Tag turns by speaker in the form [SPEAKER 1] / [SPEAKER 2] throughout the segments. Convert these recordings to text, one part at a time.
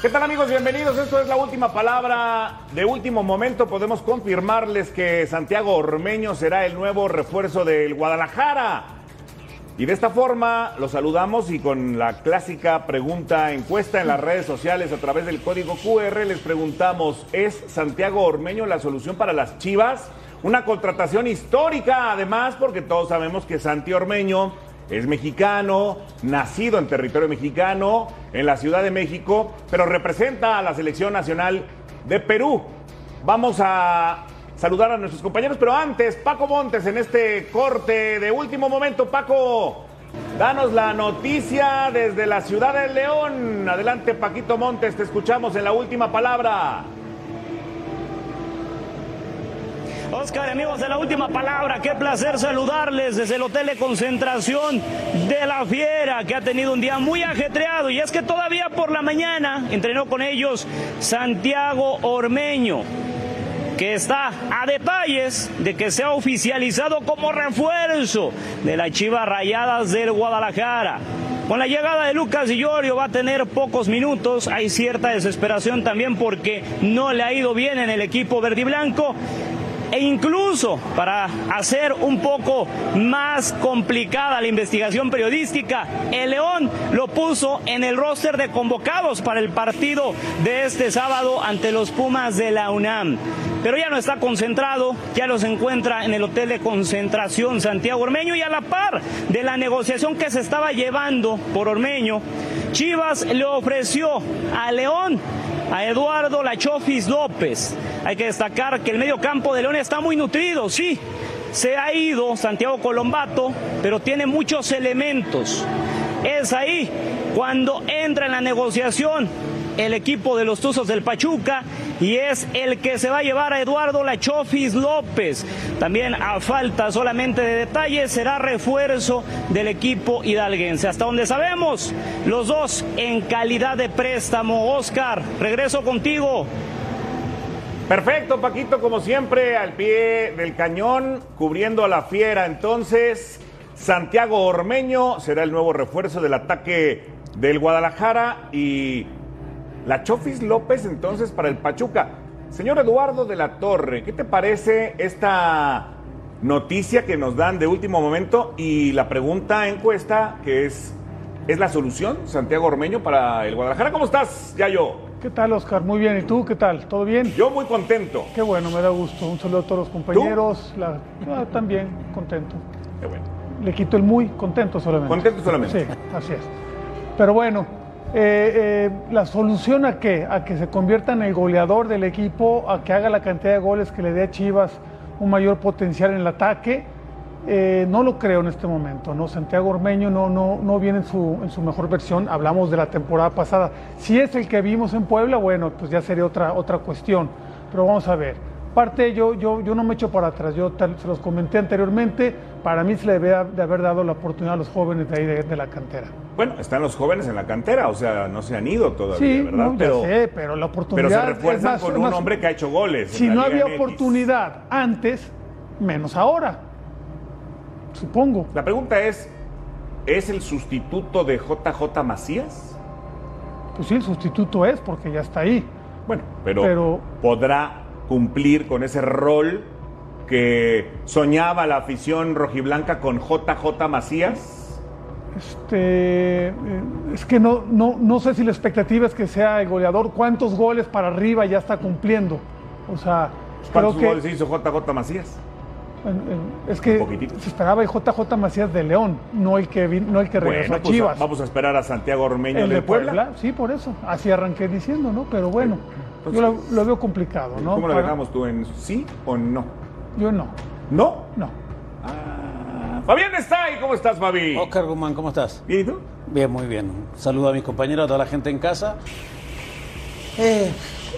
[SPEAKER 1] ¿Qué tal amigos? Bienvenidos. Esto es la última palabra de último momento. Podemos confirmarles que Santiago Ormeño será el nuevo refuerzo del Guadalajara. Y de esta forma los saludamos y con la clásica pregunta encuesta en las redes sociales a través del código QR les preguntamos, ¿es Santiago Ormeño la solución para las Chivas? Una contratación histórica además porque todos sabemos que Santi Ormeño es mexicano, nacido en territorio mexicano, en la Ciudad de México, pero representa a la selección nacional de Perú. Vamos a saludar a nuestros compañeros, pero antes, Paco Montes en este corte de último momento. Paco, danos la noticia desde la Ciudad de León. Adelante, Paquito Montes, te escuchamos en la última palabra.
[SPEAKER 2] Oscar, amigos de la última palabra, qué placer saludarles desde el Hotel de Concentración de la Fiera, que ha tenido un día muy ajetreado. Y es que todavía por la mañana entrenó con ellos Santiago Ormeño que está a detalles de que sea oficializado como refuerzo de las Chivas Rayadas del Guadalajara. Con la llegada de Lucas Llorio va a tener pocos minutos, hay cierta desesperación también porque no le ha ido bien en el equipo verde y blanco e incluso para hacer un poco más complicada la investigación periodística, el León lo puso en el roster de convocados para el partido de este sábado ante los Pumas de la UNAM. Pero ya no está concentrado, ya los encuentra en el hotel de concentración Santiago Ormeño y a la par de la negociación que se estaba llevando por Ormeño, Chivas le ofreció a León a Eduardo Lachofis López. Hay que destacar que el medio campo de León está muy nutrido, sí. Se ha ido Santiago Colombato, pero tiene muchos elementos. Es ahí cuando entra en la negociación el equipo de los Tuzos del Pachuca y es el que se va a llevar a Eduardo Lachofis López. También a falta solamente de detalles será refuerzo del equipo hidalguense. Hasta donde sabemos, los dos en calidad de préstamo. Oscar, regreso contigo.
[SPEAKER 1] Perfecto, Paquito, como siempre, al pie del cañón, cubriendo a la fiera. Entonces, Santiago Ormeño será el nuevo refuerzo del ataque del Guadalajara y la Chofis López entonces para el Pachuca. Señor Eduardo de la Torre, ¿qué te parece esta noticia que nos dan de último momento y la pregunta encuesta que es ¿es la solución Santiago Ormeño para el Guadalajara? ¿Cómo estás, Yayo?
[SPEAKER 3] ¿Qué tal, Oscar? Muy bien. ¿Y tú? ¿Qué tal? ¿Todo bien?
[SPEAKER 1] Yo muy contento.
[SPEAKER 3] Qué bueno, me da gusto. Un saludo a todos los compañeros. La- ah, también contento.
[SPEAKER 1] Qué bueno.
[SPEAKER 3] Le quito el muy contento solamente.
[SPEAKER 1] Contento solamente.
[SPEAKER 3] Sí, así es. Pero bueno, eh, eh, la solución a qué? A que se convierta en el goleador del equipo, a que haga la cantidad de goles que le dé a Chivas un mayor potencial en el ataque. eh, no lo creo en este momento, ¿no? Santiago Ormeño no, no, no viene en su, en su mejor versión, hablamos de la temporada pasada. Si es el que vimos en Puebla, bueno, pues ya sería otra, otra cuestión. Pero vamos a ver. Parte, yo, yo, yo no me echo para atrás, yo tal- se los comenté anteriormente, para mí se le debe de haber dado la oportunidad a los jóvenes de ahí de- de la cantera.
[SPEAKER 1] Bueno, están los jóvenes en la cantera, o sea, no se han ido todavía,
[SPEAKER 3] Sí,
[SPEAKER 1] ¿verdad?
[SPEAKER 3] no, ya sé, pero la
[SPEAKER 1] pero
[SPEAKER 3] oportunidad.
[SPEAKER 1] se
[SPEAKER 3] es
[SPEAKER 1] refuerzan
[SPEAKER 3] más-
[SPEAKER 1] con
[SPEAKER 3] es
[SPEAKER 1] un
[SPEAKER 3] más-
[SPEAKER 1] hombre que ha hecho goles.
[SPEAKER 3] Si
[SPEAKER 1] en
[SPEAKER 3] no
[SPEAKER 1] la Liga
[SPEAKER 3] había
[SPEAKER 1] MX.
[SPEAKER 3] oportunidad antes, menos ahora. Supongo.
[SPEAKER 1] La pregunta es, ¿es el sustituto de JJ Macías?
[SPEAKER 3] Pues sí, el sustituto es porque ya está ahí.
[SPEAKER 1] Bueno, pero,
[SPEAKER 3] Pero-
[SPEAKER 1] podrá cumplir con ese rol que soñaba la afición rojiblanca con JJ Macías.
[SPEAKER 3] Este, eh, es que no, no, no sé si la expectativa es que sea el goleador, cuántos goles para arriba ya está cumpliendo. O sea,
[SPEAKER 1] ¿Cuántos
[SPEAKER 3] creo que-
[SPEAKER 1] goles hizo JJ Macías?
[SPEAKER 3] en- en- Es que
[SPEAKER 1] Un poquitito.
[SPEAKER 3] se esperaba el JJ Macías de León, no el que, vin- no el que regresó
[SPEAKER 1] Bueno,
[SPEAKER 3] a
[SPEAKER 1] pues
[SPEAKER 3] Chivas.
[SPEAKER 1] vamos a esperar a Santiago Ormeño
[SPEAKER 3] el
[SPEAKER 1] del
[SPEAKER 3] de Puebla.
[SPEAKER 1] Puebla.
[SPEAKER 3] sí, por eso. Así arranqué diciendo, ¿no? Pero bueno, yo lo, lo veo complicado, ¿no?
[SPEAKER 1] ¿Cómo lo
[SPEAKER 3] Para-
[SPEAKER 1] dejamos tú en sí o no?
[SPEAKER 3] Yo no,
[SPEAKER 1] ¿No?
[SPEAKER 3] no.
[SPEAKER 1] Fabián está ahí, ¿cómo estás, Fabi?
[SPEAKER 4] Oscar Guzmán, ¿cómo estás?
[SPEAKER 1] ¿Y tú?
[SPEAKER 4] Bien, muy bien. Saludo a mis compañeros, a toda la gente en casa. Eh,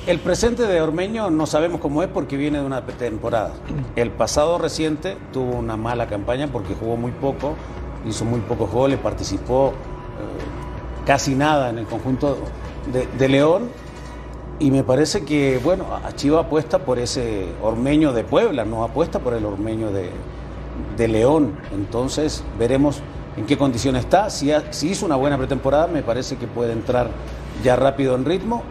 [SPEAKER 4] el presente de Ormeño no sabemos cómo es porque viene de una temporada. El pasado reciente tuvo una mala campaña porque jugó muy poco, hizo muy pocos goles, participó eh, casi nada en el conjunto de- de León. Y me parece que, bueno, a Chivas apuesta por ese ormeño de Puebla, no apuesta por el ormeño de, de León. Entonces veremos en qué condición está. Si, ha- si hizo una buena pretemporada, me parece que puede entrar ya rápido en ritmo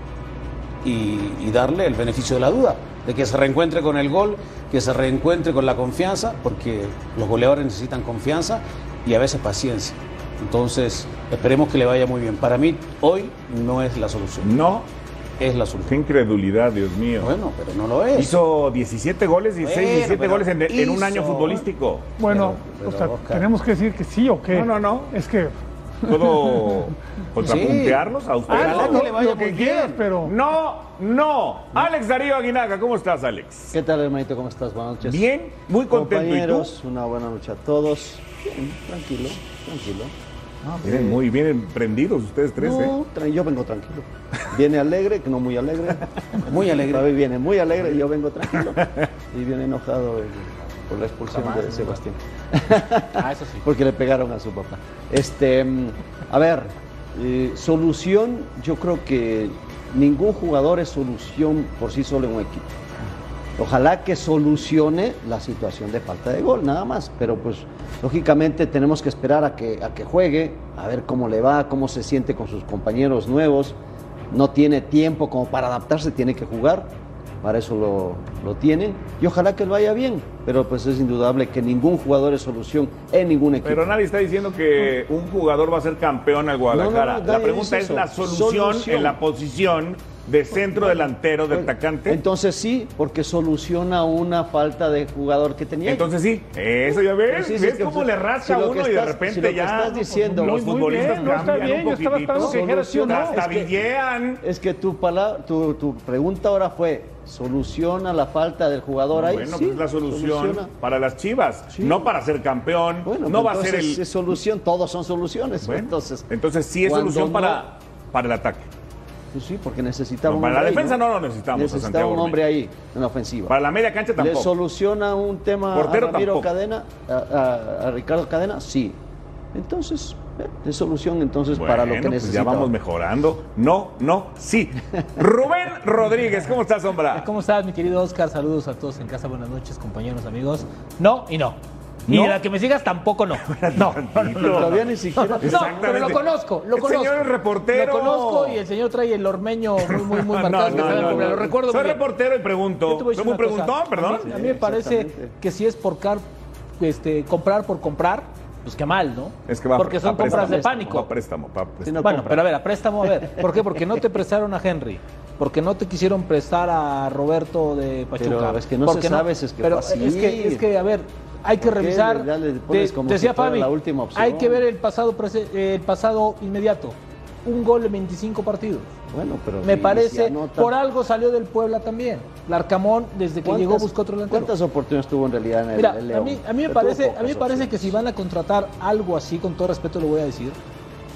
[SPEAKER 4] y, y darle el beneficio de la duda, de que se reencuentre con el gol, que se reencuentre con la confianza, porque los goleadores necesitan confianza y a veces paciencia. Entonces, esperemos que le vaya muy bien. Para mí, hoy no es la solución,
[SPEAKER 1] No.
[SPEAKER 4] es la solución.
[SPEAKER 1] Qué incredulidad, Ah, Dios mío.
[SPEAKER 4] Bueno, pero no lo es.
[SPEAKER 1] Hizo 17 goles, 16,
[SPEAKER 4] Bueno,
[SPEAKER 1] 17
[SPEAKER 4] pero
[SPEAKER 1] goles en, en un
[SPEAKER 4] hizo-
[SPEAKER 1] año futbolístico.
[SPEAKER 3] Bueno,
[SPEAKER 4] Pero- pero,
[SPEAKER 3] o sea,
[SPEAKER 4] Oscar.
[SPEAKER 3] tenemos que decir que sí o qué.
[SPEAKER 1] No, no, no.
[SPEAKER 3] Es que.
[SPEAKER 1] ¿Puedo contrapuntearlos a ustedes?
[SPEAKER 4] Ojalá Ah, que le vaya
[SPEAKER 3] lo que
[SPEAKER 4] muy
[SPEAKER 3] quieras,
[SPEAKER 4] bien.
[SPEAKER 3] pero.
[SPEAKER 1] No, no. Alex Darío Aguinaga, ¿cómo estás, Alex?
[SPEAKER 5] ¿Qué tal, hermanito? ¿Cómo estás? Buenas noches.
[SPEAKER 1] Bien, muy contento. ¿Y tú?
[SPEAKER 5] Compañeros, una buena noche a todos. Bien, tranquilo, tranquilo.
[SPEAKER 1] Ah, Miren, muy bien prendidos ustedes tres, ¿eh?
[SPEAKER 5] No, tra- yo vengo tranquilo. Viene alegre, que no muy alegre.
[SPEAKER 4] Muy alegre.
[SPEAKER 5] Fabi viene muy alegre y yo vengo tranquilo. Y viene enojado eh, por la expulsión de Sebastián.
[SPEAKER 1] Ah,
[SPEAKER 5] Porque le pegaron a su papá. Este, mm, a ver, eh, solución, yo creo que ningún jugador es solución por sí solo en un equipo. Ojalá que solucione la situación de falta de gol, nada más. Pero pues lógicamente tenemos que esperar a que, a que juegue, a ver cómo le va, cómo se siente con sus compañeros nuevos. No tiene tiempo como para adaptarse, tiene que jugar. Para eso lo, lo tienen. Y ojalá que le vaya bien. Pero pues es indudable que ningún jugador es solución en ningún equipo.
[SPEAKER 1] Pero nadie está diciendo que un jugador va a ser campeón al Guadalajara.
[SPEAKER 5] No, no, no, nadie
[SPEAKER 1] la pregunta
[SPEAKER 5] dice
[SPEAKER 1] es
[SPEAKER 5] eso.
[SPEAKER 1] la solución,
[SPEAKER 5] Solución.
[SPEAKER 1] en la posición de centro delantero del atacante.
[SPEAKER 5] Entonces sí, porque soluciona una falta de jugador que tenía.
[SPEAKER 1] Entonces sí, eso ya ves,
[SPEAKER 5] Pues sí, sí,
[SPEAKER 1] ves
[SPEAKER 5] es que
[SPEAKER 1] cómo
[SPEAKER 5] usted-
[SPEAKER 1] le racha
[SPEAKER 5] si lo
[SPEAKER 1] uno
[SPEAKER 5] que
[SPEAKER 1] y de
[SPEAKER 5] estás-
[SPEAKER 1] repente
[SPEAKER 5] si lo que
[SPEAKER 1] ya
[SPEAKER 5] estás diciendo-
[SPEAKER 1] los
[SPEAKER 5] Muy, muy
[SPEAKER 1] futbolistas
[SPEAKER 3] bien, no, está
[SPEAKER 1] cambian
[SPEAKER 3] bien,
[SPEAKER 1] un
[SPEAKER 3] yo estaba
[SPEAKER 1] poquitito.
[SPEAKER 3] esperando que dijeras sí o no.
[SPEAKER 1] Hasta
[SPEAKER 5] Es que-
[SPEAKER 1] Villean.
[SPEAKER 5] Es que tu, pala- tu, tu pregunta ahora fue, ¿soluciona la falta del jugador ahí?
[SPEAKER 1] Bueno,
[SPEAKER 5] Sí,
[SPEAKER 1] pues es la solución
[SPEAKER 5] soluciona.
[SPEAKER 1] para las Chivas,
[SPEAKER 5] Sí.
[SPEAKER 1] no para ser campeón,
[SPEAKER 5] Bueno,
[SPEAKER 1] no
[SPEAKER 5] pues
[SPEAKER 1] va a ser
[SPEAKER 5] entonces
[SPEAKER 1] el
[SPEAKER 5] es solución, todos son soluciones.
[SPEAKER 1] Bueno,
[SPEAKER 5] entonces,
[SPEAKER 1] entonces sí es
[SPEAKER 5] cuando
[SPEAKER 1] solución
[SPEAKER 5] no-
[SPEAKER 1] para para el ataque.
[SPEAKER 5] Pues sí, porque necesitamos.
[SPEAKER 1] No,
[SPEAKER 5] un
[SPEAKER 1] para la
[SPEAKER 5] hombre ahí,
[SPEAKER 1] defensa no lo necesitamos, a
[SPEAKER 5] Necesitaba
[SPEAKER 1] Santiago
[SPEAKER 5] un hombre ahí en la ofensiva.
[SPEAKER 1] Para la media cancha
[SPEAKER 5] ¿Le
[SPEAKER 1] tampoco.
[SPEAKER 5] soluciona un tema
[SPEAKER 1] Portero
[SPEAKER 5] a Ramiro
[SPEAKER 1] tampoco.
[SPEAKER 5] Cadena, a, a- a Ricardo Cadena? Sí. Entonces, eh, es solución entonces
[SPEAKER 1] Bueno,
[SPEAKER 5] para lo que
[SPEAKER 1] pues
[SPEAKER 5] necesitamos.
[SPEAKER 1] ya vamos mejorando. No, no, sí. Rubén Rodríguez, ¿cómo estás, sombra?
[SPEAKER 6] ¿Cómo estás, mi querido Oscar? Saludos a todos en casa. Buenas noches, compañeros, amigos. No y no. Y
[SPEAKER 1] No.
[SPEAKER 6] la que me sigas tampoco no. No.
[SPEAKER 5] Todavía ni siquiera.
[SPEAKER 6] No, pero lo
[SPEAKER 1] Exactamente.
[SPEAKER 6] conozco, lo
[SPEAKER 1] El
[SPEAKER 6] conozco.
[SPEAKER 1] señor es reportero.
[SPEAKER 6] Lo conozco y el señor trae el ormeño muy, muy,
[SPEAKER 1] Ah,
[SPEAKER 6] muy marcado. que está en Puebla. Lo recuerdo
[SPEAKER 1] Soy
[SPEAKER 6] muy bien.
[SPEAKER 1] reportero y
[SPEAKER 6] Yo
[SPEAKER 1] pregunto.
[SPEAKER 6] te voy a
[SPEAKER 1] Soy
[SPEAKER 6] decir
[SPEAKER 1] muy
[SPEAKER 6] una cosa.
[SPEAKER 1] preguntón,
[SPEAKER 6] A
[SPEAKER 1] perdón.
[SPEAKER 6] mí, a mí me parece
[SPEAKER 5] exactamente.
[SPEAKER 6] que si es por car- este, comprar por comprar, pues qué mal, ¿no?
[SPEAKER 1] Es que va
[SPEAKER 6] Porque son
[SPEAKER 1] a préstamo,
[SPEAKER 6] compras de
[SPEAKER 1] préstamo,
[SPEAKER 6] pánico.
[SPEAKER 1] va a préstamo, va a préstamo.
[SPEAKER 5] si no
[SPEAKER 6] bueno,
[SPEAKER 5] compra.
[SPEAKER 6] pero a ver, a préstamo, a ver. ¿Por qué? Porque no te prestaron a Henry. Porque no te quisieron prestar a Roberto de Pachuca.
[SPEAKER 5] Pero es que no
[SPEAKER 6] ¿Por
[SPEAKER 5] se
[SPEAKER 6] qué
[SPEAKER 5] sabe si es que
[SPEAKER 6] Pero
[SPEAKER 5] fue así.
[SPEAKER 6] es que, es que, a ver, hay que
[SPEAKER 5] ¿Por qué
[SPEAKER 6] revisar.
[SPEAKER 5] le- ya le
[SPEAKER 6] Te-
[SPEAKER 5] pones como
[SPEAKER 6] te
[SPEAKER 5] si
[SPEAKER 6] decía
[SPEAKER 5] fuera
[SPEAKER 6] Fabi,
[SPEAKER 5] la última opción?
[SPEAKER 6] hay que ver el pasado, prese- eh, el pasado inmediato. Un gol en 25 partidos.
[SPEAKER 5] Bueno, pero
[SPEAKER 6] Me
[SPEAKER 5] si
[SPEAKER 6] parece,
[SPEAKER 5] anota-
[SPEAKER 6] por algo salió del Puebla también. Larcamón, desde que llegó,
[SPEAKER 5] ¿Cuántas-
[SPEAKER 6] buscó otro delantero.
[SPEAKER 5] ¿Cuántas oportunidades tuvo en realidad en el,
[SPEAKER 6] Mira,
[SPEAKER 5] el
[SPEAKER 6] a
[SPEAKER 5] León?
[SPEAKER 6] mí, a mí me
[SPEAKER 5] Pero
[SPEAKER 6] parece,
[SPEAKER 5] tuvo
[SPEAKER 6] a mí me
[SPEAKER 5] pocas
[SPEAKER 6] parece que si
[SPEAKER 5] opciones.
[SPEAKER 6] van a contratar algo así, con todo respeto lo voy a decir,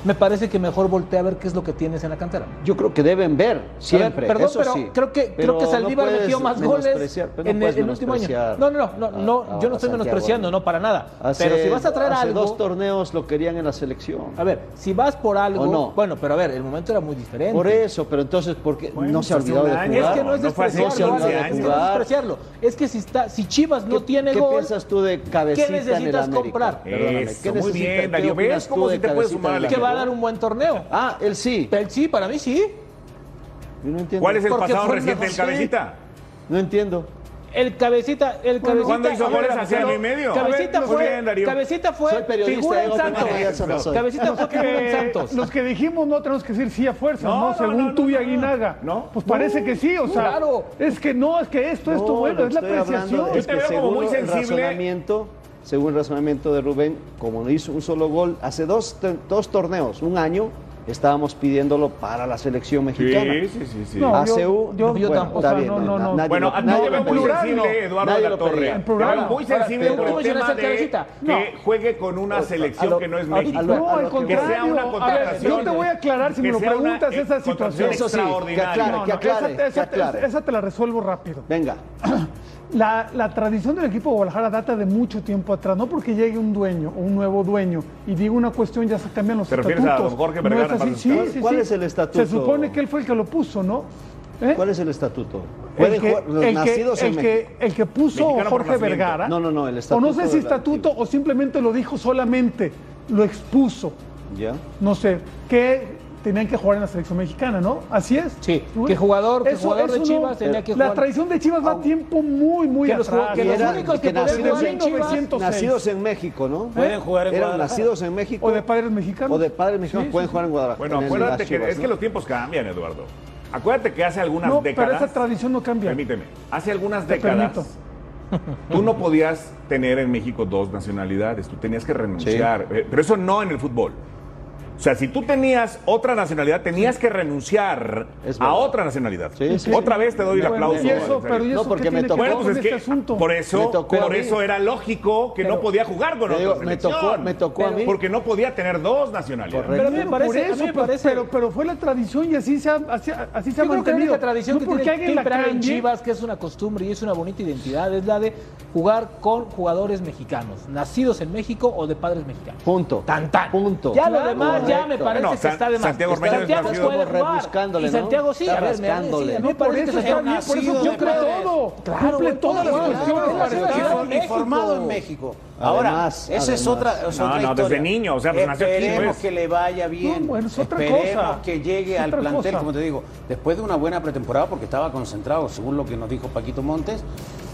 [SPEAKER 6] me parece que mejor voltea a ver qué es lo que tienes en la cantera.
[SPEAKER 5] Yo creo que deben ver siempre.
[SPEAKER 6] A ver, perdón,
[SPEAKER 5] eso
[SPEAKER 6] pero
[SPEAKER 5] sí.
[SPEAKER 6] creo que
[SPEAKER 5] Pero
[SPEAKER 6] creo que Saldívar
[SPEAKER 5] no puedes
[SPEAKER 6] metió más goles
[SPEAKER 5] menospreciar, pero no
[SPEAKER 6] en el,
[SPEAKER 5] puedes
[SPEAKER 6] el último año.
[SPEAKER 5] menospreciar
[SPEAKER 6] No, no, no,
[SPEAKER 5] a-
[SPEAKER 6] no,
[SPEAKER 5] a-
[SPEAKER 6] yo no
[SPEAKER 5] a
[SPEAKER 6] estoy
[SPEAKER 5] Santiago
[SPEAKER 6] menospreciando,
[SPEAKER 5] Ormeño.
[SPEAKER 6] no para nada.
[SPEAKER 5] Hace-
[SPEAKER 6] pero si vas a traer
[SPEAKER 5] hace
[SPEAKER 6] algo,
[SPEAKER 5] dos torneos lo querían en la selección.
[SPEAKER 6] a ver, si vas por algo,
[SPEAKER 5] ¿O no?
[SPEAKER 6] bueno, pero a ver, el momento era muy diferente.
[SPEAKER 5] Por eso, pero entonces, ¿por qué no
[SPEAKER 6] pues
[SPEAKER 5] se ha olvidado de jugar?
[SPEAKER 1] año.
[SPEAKER 6] Es que no es
[SPEAKER 1] No fue hace
[SPEAKER 6] despreciarlo,
[SPEAKER 1] 11
[SPEAKER 6] Alex, es que no es
[SPEAKER 5] años.
[SPEAKER 6] despreciarlo. Es que si está, si Chivas no
[SPEAKER 5] ¿Qué-
[SPEAKER 6] tiene
[SPEAKER 5] ¿Qué
[SPEAKER 6] gol,
[SPEAKER 5] piensas tú de cabecita en el
[SPEAKER 6] necesitas
[SPEAKER 5] América?
[SPEAKER 6] comprar?
[SPEAKER 5] Perdóname,
[SPEAKER 1] Eso,
[SPEAKER 5] ¿qué
[SPEAKER 1] muy
[SPEAKER 5] necesita-
[SPEAKER 1] bien,
[SPEAKER 5] qué
[SPEAKER 1] Darío, ¿ves
[SPEAKER 5] opinas tú
[SPEAKER 1] cómo
[SPEAKER 5] de
[SPEAKER 1] sí te puedes
[SPEAKER 5] cabecita
[SPEAKER 1] sumar
[SPEAKER 5] en
[SPEAKER 1] al
[SPEAKER 5] la
[SPEAKER 6] que va a
[SPEAKER 1] equipo?
[SPEAKER 6] dar un buen torneo.
[SPEAKER 5] Ah, él sí.
[SPEAKER 6] Pero sí, para mí sí.
[SPEAKER 5] Yo no entiendo.
[SPEAKER 1] ¿Cuál es el
[SPEAKER 6] Porque
[SPEAKER 1] pasado
[SPEAKER 6] fue
[SPEAKER 1] reciente del
[SPEAKER 6] mejor, sí.
[SPEAKER 1] cabecita?
[SPEAKER 5] No entiendo.
[SPEAKER 6] El cabecita, el cabecita.
[SPEAKER 1] ¿Cuándo hizo
[SPEAKER 6] a ver,
[SPEAKER 1] goles hacia
[SPEAKER 6] pero
[SPEAKER 1] el medio?
[SPEAKER 6] Cabecita
[SPEAKER 1] A ver, muy
[SPEAKER 6] fue,
[SPEAKER 1] bien, Darío.
[SPEAKER 6] cabecita fue
[SPEAKER 5] Soy periodista,
[SPEAKER 6] figura en
[SPEAKER 5] digo que no,
[SPEAKER 6] Santos.
[SPEAKER 5] eso no soy.
[SPEAKER 6] Cabecita fue figura en Santos.
[SPEAKER 3] Eh, los que dijimos no tenemos que decir sí a fuerza,
[SPEAKER 1] No,
[SPEAKER 3] ¿no?
[SPEAKER 1] no,
[SPEAKER 3] Según
[SPEAKER 1] no, no,
[SPEAKER 3] tú y
[SPEAKER 1] no,
[SPEAKER 3] Aguinaga.
[SPEAKER 1] no.
[SPEAKER 3] Pues parece que sí, o
[SPEAKER 6] no,
[SPEAKER 3] sea.
[SPEAKER 6] claro.
[SPEAKER 3] Es que no, es que esto, esto,
[SPEAKER 5] No,
[SPEAKER 3] bueno,
[SPEAKER 5] lo
[SPEAKER 3] es la
[SPEAKER 5] que estoy hablando
[SPEAKER 3] apreciación.
[SPEAKER 5] es
[SPEAKER 1] Yo te
[SPEAKER 5] que
[SPEAKER 1] veo como
[SPEAKER 5] según
[SPEAKER 1] muy
[SPEAKER 5] el
[SPEAKER 1] sensible.
[SPEAKER 5] razonamiento, según el razonamiento de Rubén, como no hizo un solo gol, hace dos, te- dos torneos, un año, estábamos pidiéndolo para la selección mexicana.
[SPEAKER 1] Sí, sí, sí, sí.
[SPEAKER 3] No,
[SPEAKER 5] A
[SPEAKER 3] yo-
[SPEAKER 5] CU,
[SPEAKER 3] yo-
[SPEAKER 5] bueno,
[SPEAKER 6] yo tampoco,
[SPEAKER 5] está
[SPEAKER 6] o sea,
[SPEAKER 5] bien,
[SPEAKER 3] no, no, no.
[SPEAKER 5] nadie
[SPEAKER 1] Bueno,
[SPEAKER 5] lo-
[SPEAKER 1] a ti
[SPEAKER 3] no,
[SPEAKER 1] te
[SPEAKER 5] nadie
[SPEAKER 1] veo
[SPEAKER 5] lo
[SPEAKER 1] muy
[SPEAKER 5] pedía.
[SPEAKER 3] plural,
[SPEAKER 1] sensible,
[SPEAKER 3] no.
[SPEAKER 1] Eduardo
[SPEAKER 5] Nadie
[SPEAKER 1] de la
[SPEAKER 5] lo pedía.
[SPEAKER 1] Torre.
[SPEAKER 5] En
[SPEAKER 1] Te veo
[SPEAKER 3] plural,
[SPEAKER 1] muy
[SPEAKER 3] no. Ahora,
[SPEAKER 1] sensible
[SPEAKER 6] ¿cómo
[SPEAKER 1] por el
[SPEAKER 6] voy a
[SPEAKER 1] tema
[SPEAKER 6] hacer
[SPEAKER 1] de
[SPEAKER 6] cabecita?
[SPEAKER 1] que juegue con una selección
[SPEAKER 5] lo-
[SPEAKER 1] que no es
[SPEAKER 5] Pues, a lo-
[SPEAKER 1] México.
[SPEAKER 5] a lo-
[SPEAKER 3] No, al
[SPEAKER 5] que-
[SPEAKER 3] contrario.
[SPEAKER 1] Que sea una
[SPEAKER 3] A ver,
[SPEAKER 1] contratación.
[SPEAKER 3] yo te voy a aclarar si
[SPEAKER 1] Que
[SPEAKER 3] me lo
[SPEAKER 1] sea una,
[SPEAKER 3] preguntas
[SPEAKER 1] eh,
[SPEAKER 3] esa situación.
[SPEAKER 1] contratación
[SPEAKER 5] Eso sí, que
[SPEAKER 1] extraordinaria.
[SPEAKER 5] aclare,
[SPEAKER 3] No,
[SPEAKER 5] que
[SPEAKER 3] no, esa,
[SPEAKER 5] aclare,
[SPEAKER 3] esa-
[SPEAKER 5] que aclare.
[SPEAKER 3] esa te la resuelvo rápido.
[SPEAKER 5] Venga,
[SPEAKER 3] La, la tradición del equipo de Guadalajara data de mucho tiempo atrás, no porque llegue un dueño, un nuevo dueño, y diga una cuestión, ya se cambian los
[SPEAKER 1] ¿Te refieres
[SPEAKER 3] estatutos.
[SPEAKER 1] a don Jorge
[SPEAKER 3] No es
[SPEAKER 1] Vergara
[SPEAKER 3] así.
[SPEAKER 1] Palacios?
[SPEAKER 3] Sí,
[SPEAKER 5] ¿Cuál-
[SPEAKER 3] sí,
[SPEAKER 5] cuál
[SPEAKER 3] sí.
[SPEAKER 5] es el estatuto?
[SPEAKER 3] Se supone que él fue el que lo puso, ¿no? ¿Eh?
[SPEAKER 5] ¿cuál es el estatuto?
[SPEAKER 3] el
[SPEAKER 5] ¿Pueden
[SPEAKER 3] que,
[SPEAKER 5] jugar los
[SPEAKER 3] el que-
[SPEAKER 5] nacidos en
[SPEAKER 3] el
[SPEAKER 5] México?
[SPEAKER 3] que- el que puso
[SPEAKER 1] Mexicano por
[SPEAKER 3] Jorge
[SPEAKER 1] nacimiento.
[SPEAKER 3] Vergara.
[SPEAKER 5] No, no, no, el
[SPEAKER 3] O no
[SPEAKER 5] estatuto
[SPEAKER 3] sé si
[SPEAKER 5] de la-
[SPEAKER 3] estatuto o simplemente lo dijo solamente, lo expuso.
[SPEAKER 5] ¿Ya?
[SPEAKER 3] No sé, que tenían que jugar en la selección mexicana, ¿no? Así es.
[SPEAKER 6] Sí,
[SPEAKER 3] Rubén.
[SPEAKER 6] que jugador- que jugador de Chivas tenía que
[SPEAKER 3] La
[SPEAKER 6] jugar.
[SPEAKER 3] traición de Chivas va a tiempo muy, muy
[SPEAKER 6] Que los
[SPEAKER 3] atrás.
[SPEAKER 6] jug- que
[SPEAKER 5] Y
[SPEAKER 6] los
[SPEAKER 5] era-
[SPEAKER 6] únicos que
[SPEAKER 5] que
[SPEAKER 6] podían
[SPEAKER 5] nacidos
[SPEAKER 6] jugar en
[SPEAKER 5] en
[SPEAKER 6] Chivas,
[SPEAKER 3] 1906.
[SPEAKER 5] Nacidos en México, ¿no?
[SPEAKER 4] Pueden jugar en
[SPEAKER 5] Eran
[SPEAKER 4] Guadalajara.
[SPEAKER 5] nacidos en México.
[SPEAKER 3] O de padres mexicanos.
[SPEAKER 5] O de padres mexicanos
[SPEAKER 3] Sí,
[SPEAKER 5] pueden
[SPEAKER 3] sí,
[SPEAKER 5] jugar en Guadalajara.
[SPEAKER 1] Bueno,
[SPEAKER 5] en el
[SPEAKER 1] acuérdate que
[SPEAKER 5] Chivas,
[SPEAKER 1] es que
[SPEAKER 5] ¿no?
[SPEAKER 1] los tiempos cambian, Eduardo. Acuérdate que hace algunas
[SPEAKER 3] No,
[SPEAKER 1] décadas.
[SPEAKER 3] pero esa tradición no cambia.
[SPEAKER 1] Permíteme. Hace algunas
[SPEAKER 3] Te
[SPEAKER 1] décadas.
[SPEAKER 3] permito.
[SPEAKER 1] Tú no podías tener en México dos nacionalidades, tú tenías que renunciar. Eh, Pero eso no en el fútbol. O sea, si tú tenías otra nacionalidad, tenías que renunciar
[SPEAKER 5] Es
[SPEAKER 1] a
[SPEAKER 5] verdad.
[SPEAKER 1] otra nacionalidad.
[SPEAKER 5] Sí, sí.
[SPEAKER 1] Otra vez te doy el
[SPEAKER 3] Bueno,
[SPEAKER 1] aplauso.
[SPEAKER 3] y eso,
[SPEAKER 1] Alexander.
[SPEAKER 3] pero ¿y
[SPEAKER 5] No,
[SPEAKER 3] eso
[SPEAKER 5] porque
[SPEAKER 3] qué
[SPEAKER 5] me
[SPEAKER 3] tiene
[SPEAKER 5] tocó.
[SPEAKER 3] que
[SPEAKER 1] Bueno,
[SPEAKER 3] ver
[SPEAKER 1] pues
[SPEAKER 3] con
[SPEAKER 1] es
[SPEAKER 3] este
[SPEAKER 1] que
[SPEAKER 3] asunto?
[SPEAKER 1] por
[SPEAKER 5] Me
[SPEAKER 1] eso,
[SPEAKER 5] tocó
[SPEAKER 1] por
[SPEAKER 5] a mí.
[SPEAKER 1] eso era lógico que no
[SPEAKER 5] Pero-
[SPEAKER 1] podía jugar con
[SPEAKER 5] Te digo,
[SPEAKER 1] otra
[SPEAKER 5] me
[SPEAKER 1] selección.
[SPEAKER 5] tocó- me tocó a mí.
[SPEAKER 1] Porque no podía tener dos nacionalidades.
[SPEAKER 5] Correcto.
[SPEAKER 6] Pero a mí me
[SPEAKER 3] Por
[SPEAKER 6] parece, a
[SPEAKER 3] eso,
[SPEAKER 6] mí me
[SPEAKER 3] pero-
[SPEAKER 6] parece-
[SPEAKER 3] Pero, pero fue la tradición y así se ha, así, así se ha
[SPEAKER 6] Yo creo que la
[SPEAKER 3] mantenido.
[SPEAKER 6] única tradición
[SPEAKER 3] No
[SPEAKER 6] que
[SPEAKER 3] porque
[SPEAKER 6] tiene
[SPEAKER 3] alguien la
[SPEAKER 6] Tim Pera en
[SPEAKER 3] cambie,
[SPEAKER 6] Chivas, que es una costumbre y es una bonita identidad, es la de jugar con jugadores mexicanos, nacidos en México o de padres mexicanos.
[SPEAKER 5] Punto.
[SPEAKER 6] Tan tan.
[SPEAKER 5] Punto.
[SPEAKER 6] Ya lo
[SPEAKER 5] Claro,
[SPEAKER 6] demás ya me
[SPEAKER 5] correcto.
[SPEAKER 6] parece
[SPEAKER 1] Bueno,
[SPEAKER 6] que
[SPEAKER 1] San-
[SPEAKER 6] está de más.
[SPEAKER 1] Santiago Ormeño es nacido-
[SPEAKER 6] puede
[SPEAKER 5] Como
[SPEAKER 6] jugar,
[SPEAKER 5] rebuscándole,
[SPEAKER 6] Y
[SPEAKER 5] ¿no?
[SPEAKER 6] Santiago sí,
[SPEAKER 5] Está
[SPEAKER 6] a ver, me da- sí,
[SPEAKER 5] rascándole.
[SPEAKER 6] a mí
[SPEAKER 5] No,
[SPEAKER 6] me
[SPEAKER 3] por
[SPEAKER 6] parece que
[SPEAKER 3] eso
[SPEAKER 6] Santiago-
[SPEAKER 3] está bien, por eso
[SPEAKER 4] nacido
[SPEAKER 3] cumple
[SPEAKER 4] de padres.
[SPEAKER 3] todo.
[SPEAKER 6] Claro,
[SPEAKER 3] cumple
[SPEAKER 6] güey,
[SPEAKER 3] todas las
[SPEAKER 6] claro,
[SPEAKER 3] cuestiones
[SPEAKER 6] claro,
[SPEAKER 3] para
[SPEAKER 6] claro.
[SPEAKER 3] estar-
[SPEAKER 4] Nacido y formado en México. Ahora,
[SPEAKER 5] Además,
[SPEAKER 4] esa es
[SPEAKER 5] además.
[SPEAKER 4] otra, es
[SPEAKER 1] No,
[SPEAKER 4] otra
[SPEAKER 1] no, desde
[SPEAKER 4] historia.
[SPEAKER 1] niño, o sea, pues, nació aquí,
[SPEAKER 4] Esperemos
[SPEAKER 1] pues.
[SPEAKER 4] que le vaya bien.
[SPEAKER 3] No, bueno, es otra
[SPEAKER 4] Esperemos
[SPEAKER 3] cosa.
[SPEAKER 4] que llegue
[SPEAKER 3] Es
[SPEAKER 4] al
[SPEAKER 3] otra
[SPEAKER 4] plantel,
[SPEAKER 3] cosa.
[SPEAKER 4] como te digo, después de una buena pretemporada, porque estaba concentrado, según lo que nos dijo Paquito Montes,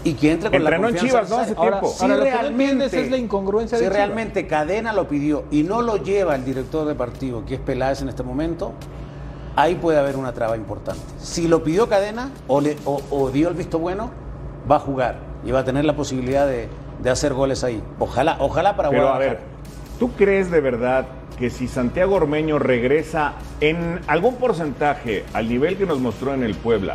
[SPEAKER 4] y que entre con
[SPEAKER 1] Entrenó
[SPEAKER 4] la
[SPEAKER 1] en
[SPEAKER 4] confianza.
[SPEAKER 1] Chivas, ¿no? Hace
[SPEAKER 4] necesaria. Ahora,
[SPEAKER 1] tiempo.
[SPEAKER 4] si
[SPEAKER 6] Ahora, lo que no
[SPEAKER 4] realmente
[SPEAKER 6] entiendes es la incongruencia
[SPEAKER 4] si
[SPEAKER 6] de Chivas.
[SPEAKER 4] realmente Cadena lo pidió y no lo lleva el director de partido, que es Peláez en este momento, ahí puede haber una traba importante. Si lo pidió Cadena o, le- o- o dio el visto bueno, va a jugar y va a tener la posibilidad de, de hacer goles ahí. Ojalá, ojalá para
[SPEAKER 1] Pero a
[SPEAKER 4] Guadalajara.
[SPEAKER 1] ver, ¿tú crees de verdad que si Santiago Ormeño regresa en algún porcentaje al nivel que nos mostró en el Puebla,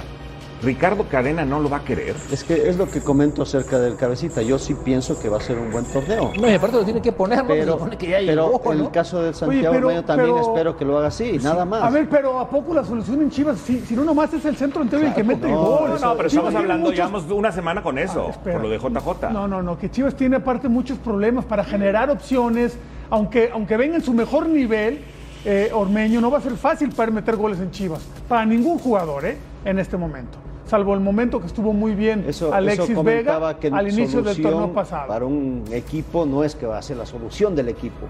[SPEAKER 1] Ricardo Cadena no lo va a querer?
[SPEAKER 5] Es que es lo que comento acerca del cabecita. Yo sí pienso que va a ser un buen torneo.
[SPEAKER 6] No, y aparte lo tiene que poner, ¿no? se
[SPEAKER 5] Pero,
[SPEAKER 6] supone que ya
[SPEAKER 5] pero
[SPEAKER 6] llegó,
[SPEAKER 5] en
[SPEAKER 6] ¿no?
[SPEAKER 5] el caso del Santiago
[SPEAKER 3] pero-
[SPEAKER 5] Ormeño también
[SPEAKER 3] pero-
[SPEAKER 5] espero que lo haga así, nada más.
[SPEAKER 3] A ver, pero ¿a poco la solución en Chivas? Si, si no nomás es el centro entero el que mete
[SPEAKER 5] no,
[SPEAKER 3] gol.
[SPEAKER 1] No, no, pero
[SPEAKER 3] Chivas
[SPEAKER 1] estamos
[SPEAKER 3] tiene
[SPEAKER 1] hablando,
[SPEAKER 3] muchos-
[SPEAKER 1] llevamos una semana con eso,
[SPEAKER 3] espera.
[SPEAKER 1] por lo de JJ.
[SPEAKER 3] No, no, no, que Chivas tiene aparte muchos problemas para generar opciones, aunque, aunque venga en su mejor nivel, eh, Ormeño no va a ser fácil para él meter goles en Chivas, para ningún jugador, ¿eh? En este momento, salvo el momento que estuvo muy bien
[SPEAKER 5] eso,
[SPEAKER 3] Alexis
[SPEAKER 5] eso comentaba
[SPEAKER 3] Vega
[SPEAKER 5] que
[SPEAKER 3] al inicio del
[SPEAKER 5] solución
[SPEAKER 3] torneo pasado.
[SPEAKER 5] Para un equipo no es que va a ser la solución del equipo.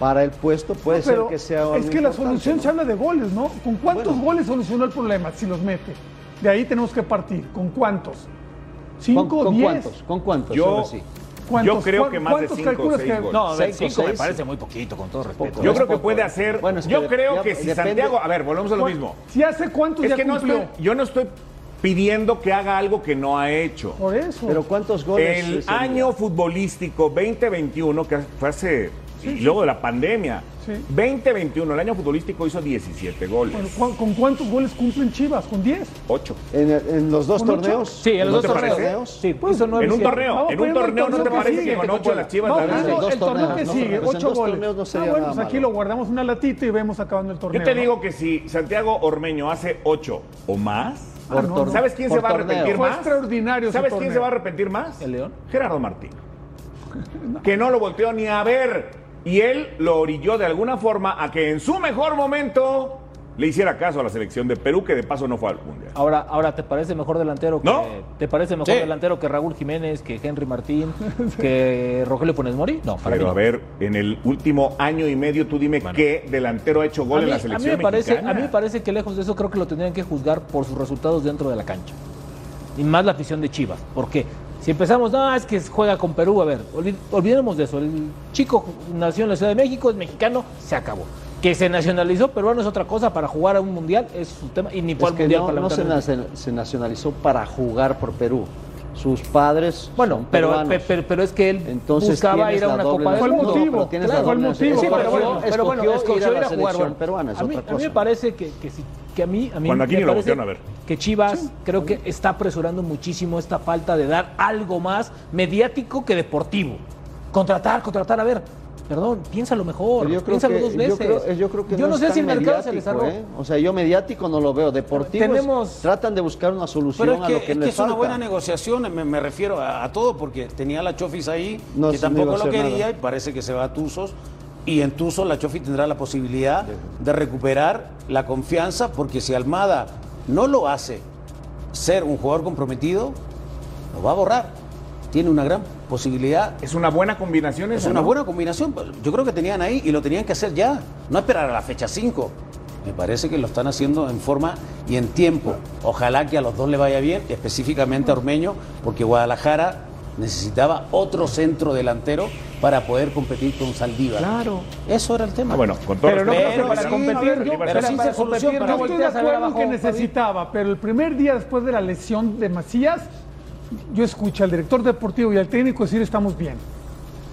[SPEAKER 5] Para el puesto puede
[SPEAKER 3] Pero
[SPEAKER 5] ser que sea algo
[SPEAKER 3] es que la
[SPEAKER 5] importante,
[SPEAKER 3] solución
[SPEAKER 5] ¿no?
[SPEAKER 3] se habla de goles, ¿no? ¿Con cuántos
[SPEAKER 5] Bueno.
[SPEAKER 3] goles solucionó el problema si los mete? De ahí tenemos que partir. ¿Con cuántos? ¿Cinco,
[SPEAKER 5] ¿Con, con
[SPEAKER 3] diez?
[SPEAKER 5] cuántos? ¿Con cuántos?
[SPEAKER 1] Yo,
[SPEAKER 5] Ahora sí.
[SPEAKER 1] yo
[SPEAKER 3] ¿Cuántos-
[SPEAKER 1] creo
[SPEAKER 3] cuán-
[SPEAKER 1] que más de
[SPEAKER 3] cuántos
[SPEAKER 1] cinco o
[SPEAKER 3] calculas
[SPEAKER 1] seis
[SPEAKER 3] que-
[SPEAKER 1] goles.
[SPEAKER 6] No, a ver,
[SPEAKER 5] Seis o
[SPEAKER 6] cinco me
[SPEAKER 5] seis.
[SPEAKER 6] parece muy poquito, con todo respeto.
[SPEAKER 5] poco.
[SPEAKER 1] yo
[SPEAKER 5] es
[SPEAKER 1] creo que
[SPEAKER 5] poco.
[SPEAKER 1] puede hacer.
[SPEAKER 5] Bueno, es que
[SPEAKER 1] yo
[SPEAKER 5] de-
[SPEAKER 1] creo
[SPEAKER 5] ya-
[SPEAKER 1] que si
[SPEAKER 5] depende-
[SPEAKER 1] Santiago. A ver, volvemos a lo mismo.
[SPEAKER 3] Si hace cuántos
[SPEAKER 1] Es
[SPEAKER 3] ya
[SPEAKER 1] que no
[SPEAKER 3] cumplió.
[SPEAKER 1] estoy, yo no estoy pidiendo que haga algo que no ha hecho.
[SPEAKER 3] Por eso.
[SPEAKER 5] Pero ¿cuántos goles?
[SPEAKER 1] El
[SPEAKER 5] serían?
[SPEAKER 1] año futbolístico 2021, que fue hace. y luego de la pandemia.
[SPEAKER 3] Sí.
[SPEAKER 1] 2021, el año futbolístico hizo 17 goles.
[SPEAKER 3] Bueno, ¿cu- ¿Con cuántos goles cumplen Chivas? ¿Con 10?
[SPEAKER 1] 8.
[SPEAKER 5] En, en los dos
[SPEAKER 3] ¿Con ocho? Pues,
[SPEAKER 5] torneos.
[SPEAKER 6] Sí, en
[SPEAKER 1] ¿No
[SPEAKER 6] los
[SPEAKER 1] te
[SPEAKER 6] dos torneos.
[SPEAKER 1] parece?
[SPEAKER 6] Sí, hizo nueve
[SPEAKER 1] En un
[SPEAKER 6] siete.
[SPEAKER 1] torneo,
[SPEAKER 3] Vamos
[SPEAKER 1] en un
[SPEAKER 3] poniendo el
[SPEAKER 1] torneo, ¿no te
[SPEAKER 3] torneo que
[SPEAKER 1] parece
[SPEAKER 3] sigue,
[SPEAKER 1] que con ocho
[SPEAKER 3] Cochela.
[SPEAKER 1] las chivas
[SPEAKER 3] Vamos
[SPEAKER 1] la
[SPEAKER 5] en
[SPEAKER 3] poniendo
[SPEAKER 1] ganan?
[SPEAKER 5] dos
[SPEAKER 3] el torneo
[SPEAKER 5] torneos,
[SPEAKER 3] que
[SPEAKER 5] no
[SPEAKER 3] sigue,
[SPEAKER 5] torneos, en
[SPEAKER 3] ocho
[SPEAKER 5] dos
[SPEAKER 3] goles.
[SPEAKER 5] torneos no sería
[SPEAKER 3] ah, bueno,
[SPEAKER 5] nada
[SPEAKER 3] pues aquí
[SPEAKER 5] malo.
[SPEAKER 3] lo guardamos una latita y vemos acabando el torneo.
[SPEAKER 1] Yo te
[SPEAKER 3] ¿no?
[SPEAKER 1] digo que si Santiago Ormeño hace 8 o más.
[SPEAKER 3] Ah, no, no.
[SPEAKER 1] ¿Sabes quién
[SPEAKER 5] Por
[SPEAKER 1] se va a
[SPEAKER 5] torneo.
[SPEAKER 1] arrepentir
[SPEAKER 3] Fue
[SPEAKER 1] más?
[SPEAKER 3] extraordinario ese
[SPEAKER 1] ¿Sabes quién
[SPEAKER 3] torneo.
[SPEAKER 1] se va a arrepentir más?
[SPEAKER 6] ¿El León?
[SPEAKER 1] Gerardo Martín. Que no lo volteó ni a ver. Y él lo orilló de alguna forma a que en su mejor momento le hiciera caso a la selección de Perú, que de paso no fue al Mundial.
[SPEAKER 6] Ahora, ahora te parece mejor delantero que
[SPEAKER 1] ¿No?
[SPEAKER 6] te parece mejor
[SPEAKER 4] Sí.
[SPEAKER 6] delantero que Raúl Jiménez, que Henry Martín, que Rogelio Funes Mori? No, para
[SPEAKER 1] Pero
[SPEAKER 6] mí.
[SPEAKER 1] a
[SPEAKER 6] no.
[SPEAKER 1] ver, en el último año y medio, tú dime qué delantero ha hecho gol
[SPEAKER 6] A
[SPEAKER 1] en
[SPEAKER 6] mí,
[SPEAKER 1] la
[SPEAKER 6] a mí
[SPEAKER 1] selección
[SPEAKER 6] me parece,
[SPEAKER 1] mexicana.
[SPEAKER 6] a mí me parece que lejos de eso creo que lo tendrían que juzgar por sus resultados dentro de la cancha. y más la afición de Chivas. Porque si empezamos, no, es que juega con Perú, a ver, olvi- olvidemos de eso. El chico nació en la Ciudad de México, es mexicano, se acabó. Que se nacionalizó peruano es otra cosa, para jugar a un mundial es su tema, y ni
[SPEAKER 5] Es
[SPEAKER 6] para el
[SPEAKER 5] que
[SPEAKER 6] mundial
[SPEAKER 5] no,
[SPEAKER 6] para
[SPEAKER 5] no se, nace- se nacionalizó para jugar por Perú. Sus padres.
[SPEAKER 6] Bueno,
[SPEAKER 5] son
[SPEAKER 6] pero,
[SPEAKER 5] peruanos.
[SPEAKER 6] pe- pero, pero es que él
[SPEAKER 5] Entonces
[SPEAKER 6] buscaba
[SPEAKER 5] tienes
[SPEAKER 6] ir a
[SPEAKER 5] la
[SPEAKER 6] una
[SPEAKER 5] doble
[SPEAKER 6] Copa del
[SPEAKER 3] nacionalidad.
[SPEAKER 6] Mundo.
[SPEAKER 3] Fue el motivo,
[SPEAKER 5] tienes
[SPEAKER 6] claro,
[SPEAKER 5] la
[SPEAKER 3] fue el
[SPEAKER 5] doble
[SPEAKER 3] motivo.
[SPEAKER 6] Sí,
[SPEAKER 5] nacionalidad.
[SPEAKER 6] pero bueno,
[SPEAKER 5] Escogió
[SPEAKER 6] pero bueno,
[SPEAKER 5] ir a la
[SPEAKER 6] escogió ir a jugar.
[SPEAKER 5] selección
[SPEAKER 6] bueno.
[SPEAKER 5] peruana, es
[SPEAKER 6] a, mí,
[SPEAKER 5] otra
[SPEAKER 6] a mí me
[SPEAKER 5] cosa.
[SPEAKER 6] parece que, que, sí- que a mí, a mí
[SPEAKER 1] Cuando aquí
[SPEAKER 6] me
[SPEAKER 1] ni lo
[SPEAKER 6] parece
[SPEAKER 1] voltearon a ver.
[SPEAKER 6] que Chivas creo que está apresurando muchísimo esta falta de dar algo más mediático que deportivo. Contratar, contratar, a ver. Perdón, piénsalo mejor,
[SPEAKER 5] Pero yo creo
[SPEAKER 6] piénsalo
[SPEAKER 5] que-
[SPEAKER 6] dos
[SPEAKER 5] Yo
[SPEAKER 6] veces.
[SPEAKER 5] creo, eh, yo creo que
[SPEAKER 6] Yo no,
[SPEAKER 5] es
[SPEAKER 6] sé
[SPEAKER 5] tan
[SPEAKER 6] si el mercado se les
[SPEAKER 5] mediático,
[SPEAKER 6] cerró.
[SPEAKER 5] ¿eh? O sea, yo mediático no lo veo. Deportivo
[SPEAKER 6] Tenemos-
[SPEAKER 5] tratan de buscar una solución
[SPEAKER 4] Pero es
[SPEAKER 5] a
[SPEAKER 4] que,
[SPEAKER 5] lo
[SPEAKER 4] es,
[SPEAKER 5] que
[SPEAKER 4] que
[SPEAKER 5] les
[SPEAKER 4] es una
[SPEAKER 5] falta.
[SPEAKER 4] buena negociación, me, me refiero a, a todo, porque tenía a la Chofis ahí,
[SPEAKER 5] No,
[SPEAKER 4] que
[SPEAKER 5] sí, no iba
[SPEAKER 4] tampoco
[SPEAKER 5] a
[SPEAKER 4] lo
[SPEAKER 5] hacer
[SPEAKER 4] quería,
[SPEAKER 5] nada.
[SPEAKER 4] y parece que se va a Tuzos. Y en Tuzos la Chofis tendrá la posibilidad de recuperar la confianza, porque si Almada no lo hace ser un jugador comprometido, lo va a borrar. Tiene una gran posibilidad
[SPEAKER 1] Es una buena combinación
[SPEAKER 4] es
[SPEAKER 1] esa,
[SPEAKER 4] una
[SPEAKER 1] ¿no?
[SPEAKER 4] buena combinación. pues, Yo creo que tenían ahí y lo tenían que hacer ya. No esperar a la fecha 5. Me parece que lo están haciendo en forma y en tiempo. Ojalá que a los dos le vaya bien, específicamente a Ormeño, porque Guadalajara necesitaba otro centro delantero para poder competir con Saldívar.
[SPEAKER 6] Claro.
[SPEAKER 4] Eso era el tema.
[SPEAKER 1] Ah, bueno, con todo
[SPEAKER 3] Pero no creo que
[SPEAKER 1] respeto,
[SPEAKER 3] para
[SPEAKER 1] sí,
[SPEAKER 3] competir,
[SPEAKER 1] a ver,
[SPEAKER 3] yo-
[SPEAKER 1] Saldívar
[SPEAKER 4] pero
[SPEAKER 1] sí
[SPEAKER 4] sí
[SPEAKER 1] se-
[SPEAKER 4] se solución
[SPEAKER 6] competir,
[SPEAKER 4] para
[SPEAKER 3] Yo
[SPEAKER 6] no
[SPEAKER 3] estoy de
[SPEAKER 6] volteas a ver
[SPEAKER 3] acuerdo en
[SPEAKER 6] abajo,
[SPEAKER 3] que
[SPEAKER 6] Fabi.
[SPEAKER 3] necesitaba, pero el primer día después de la lesión de Macías, yo escuché al director deportivo y al técnico decir estamos bien.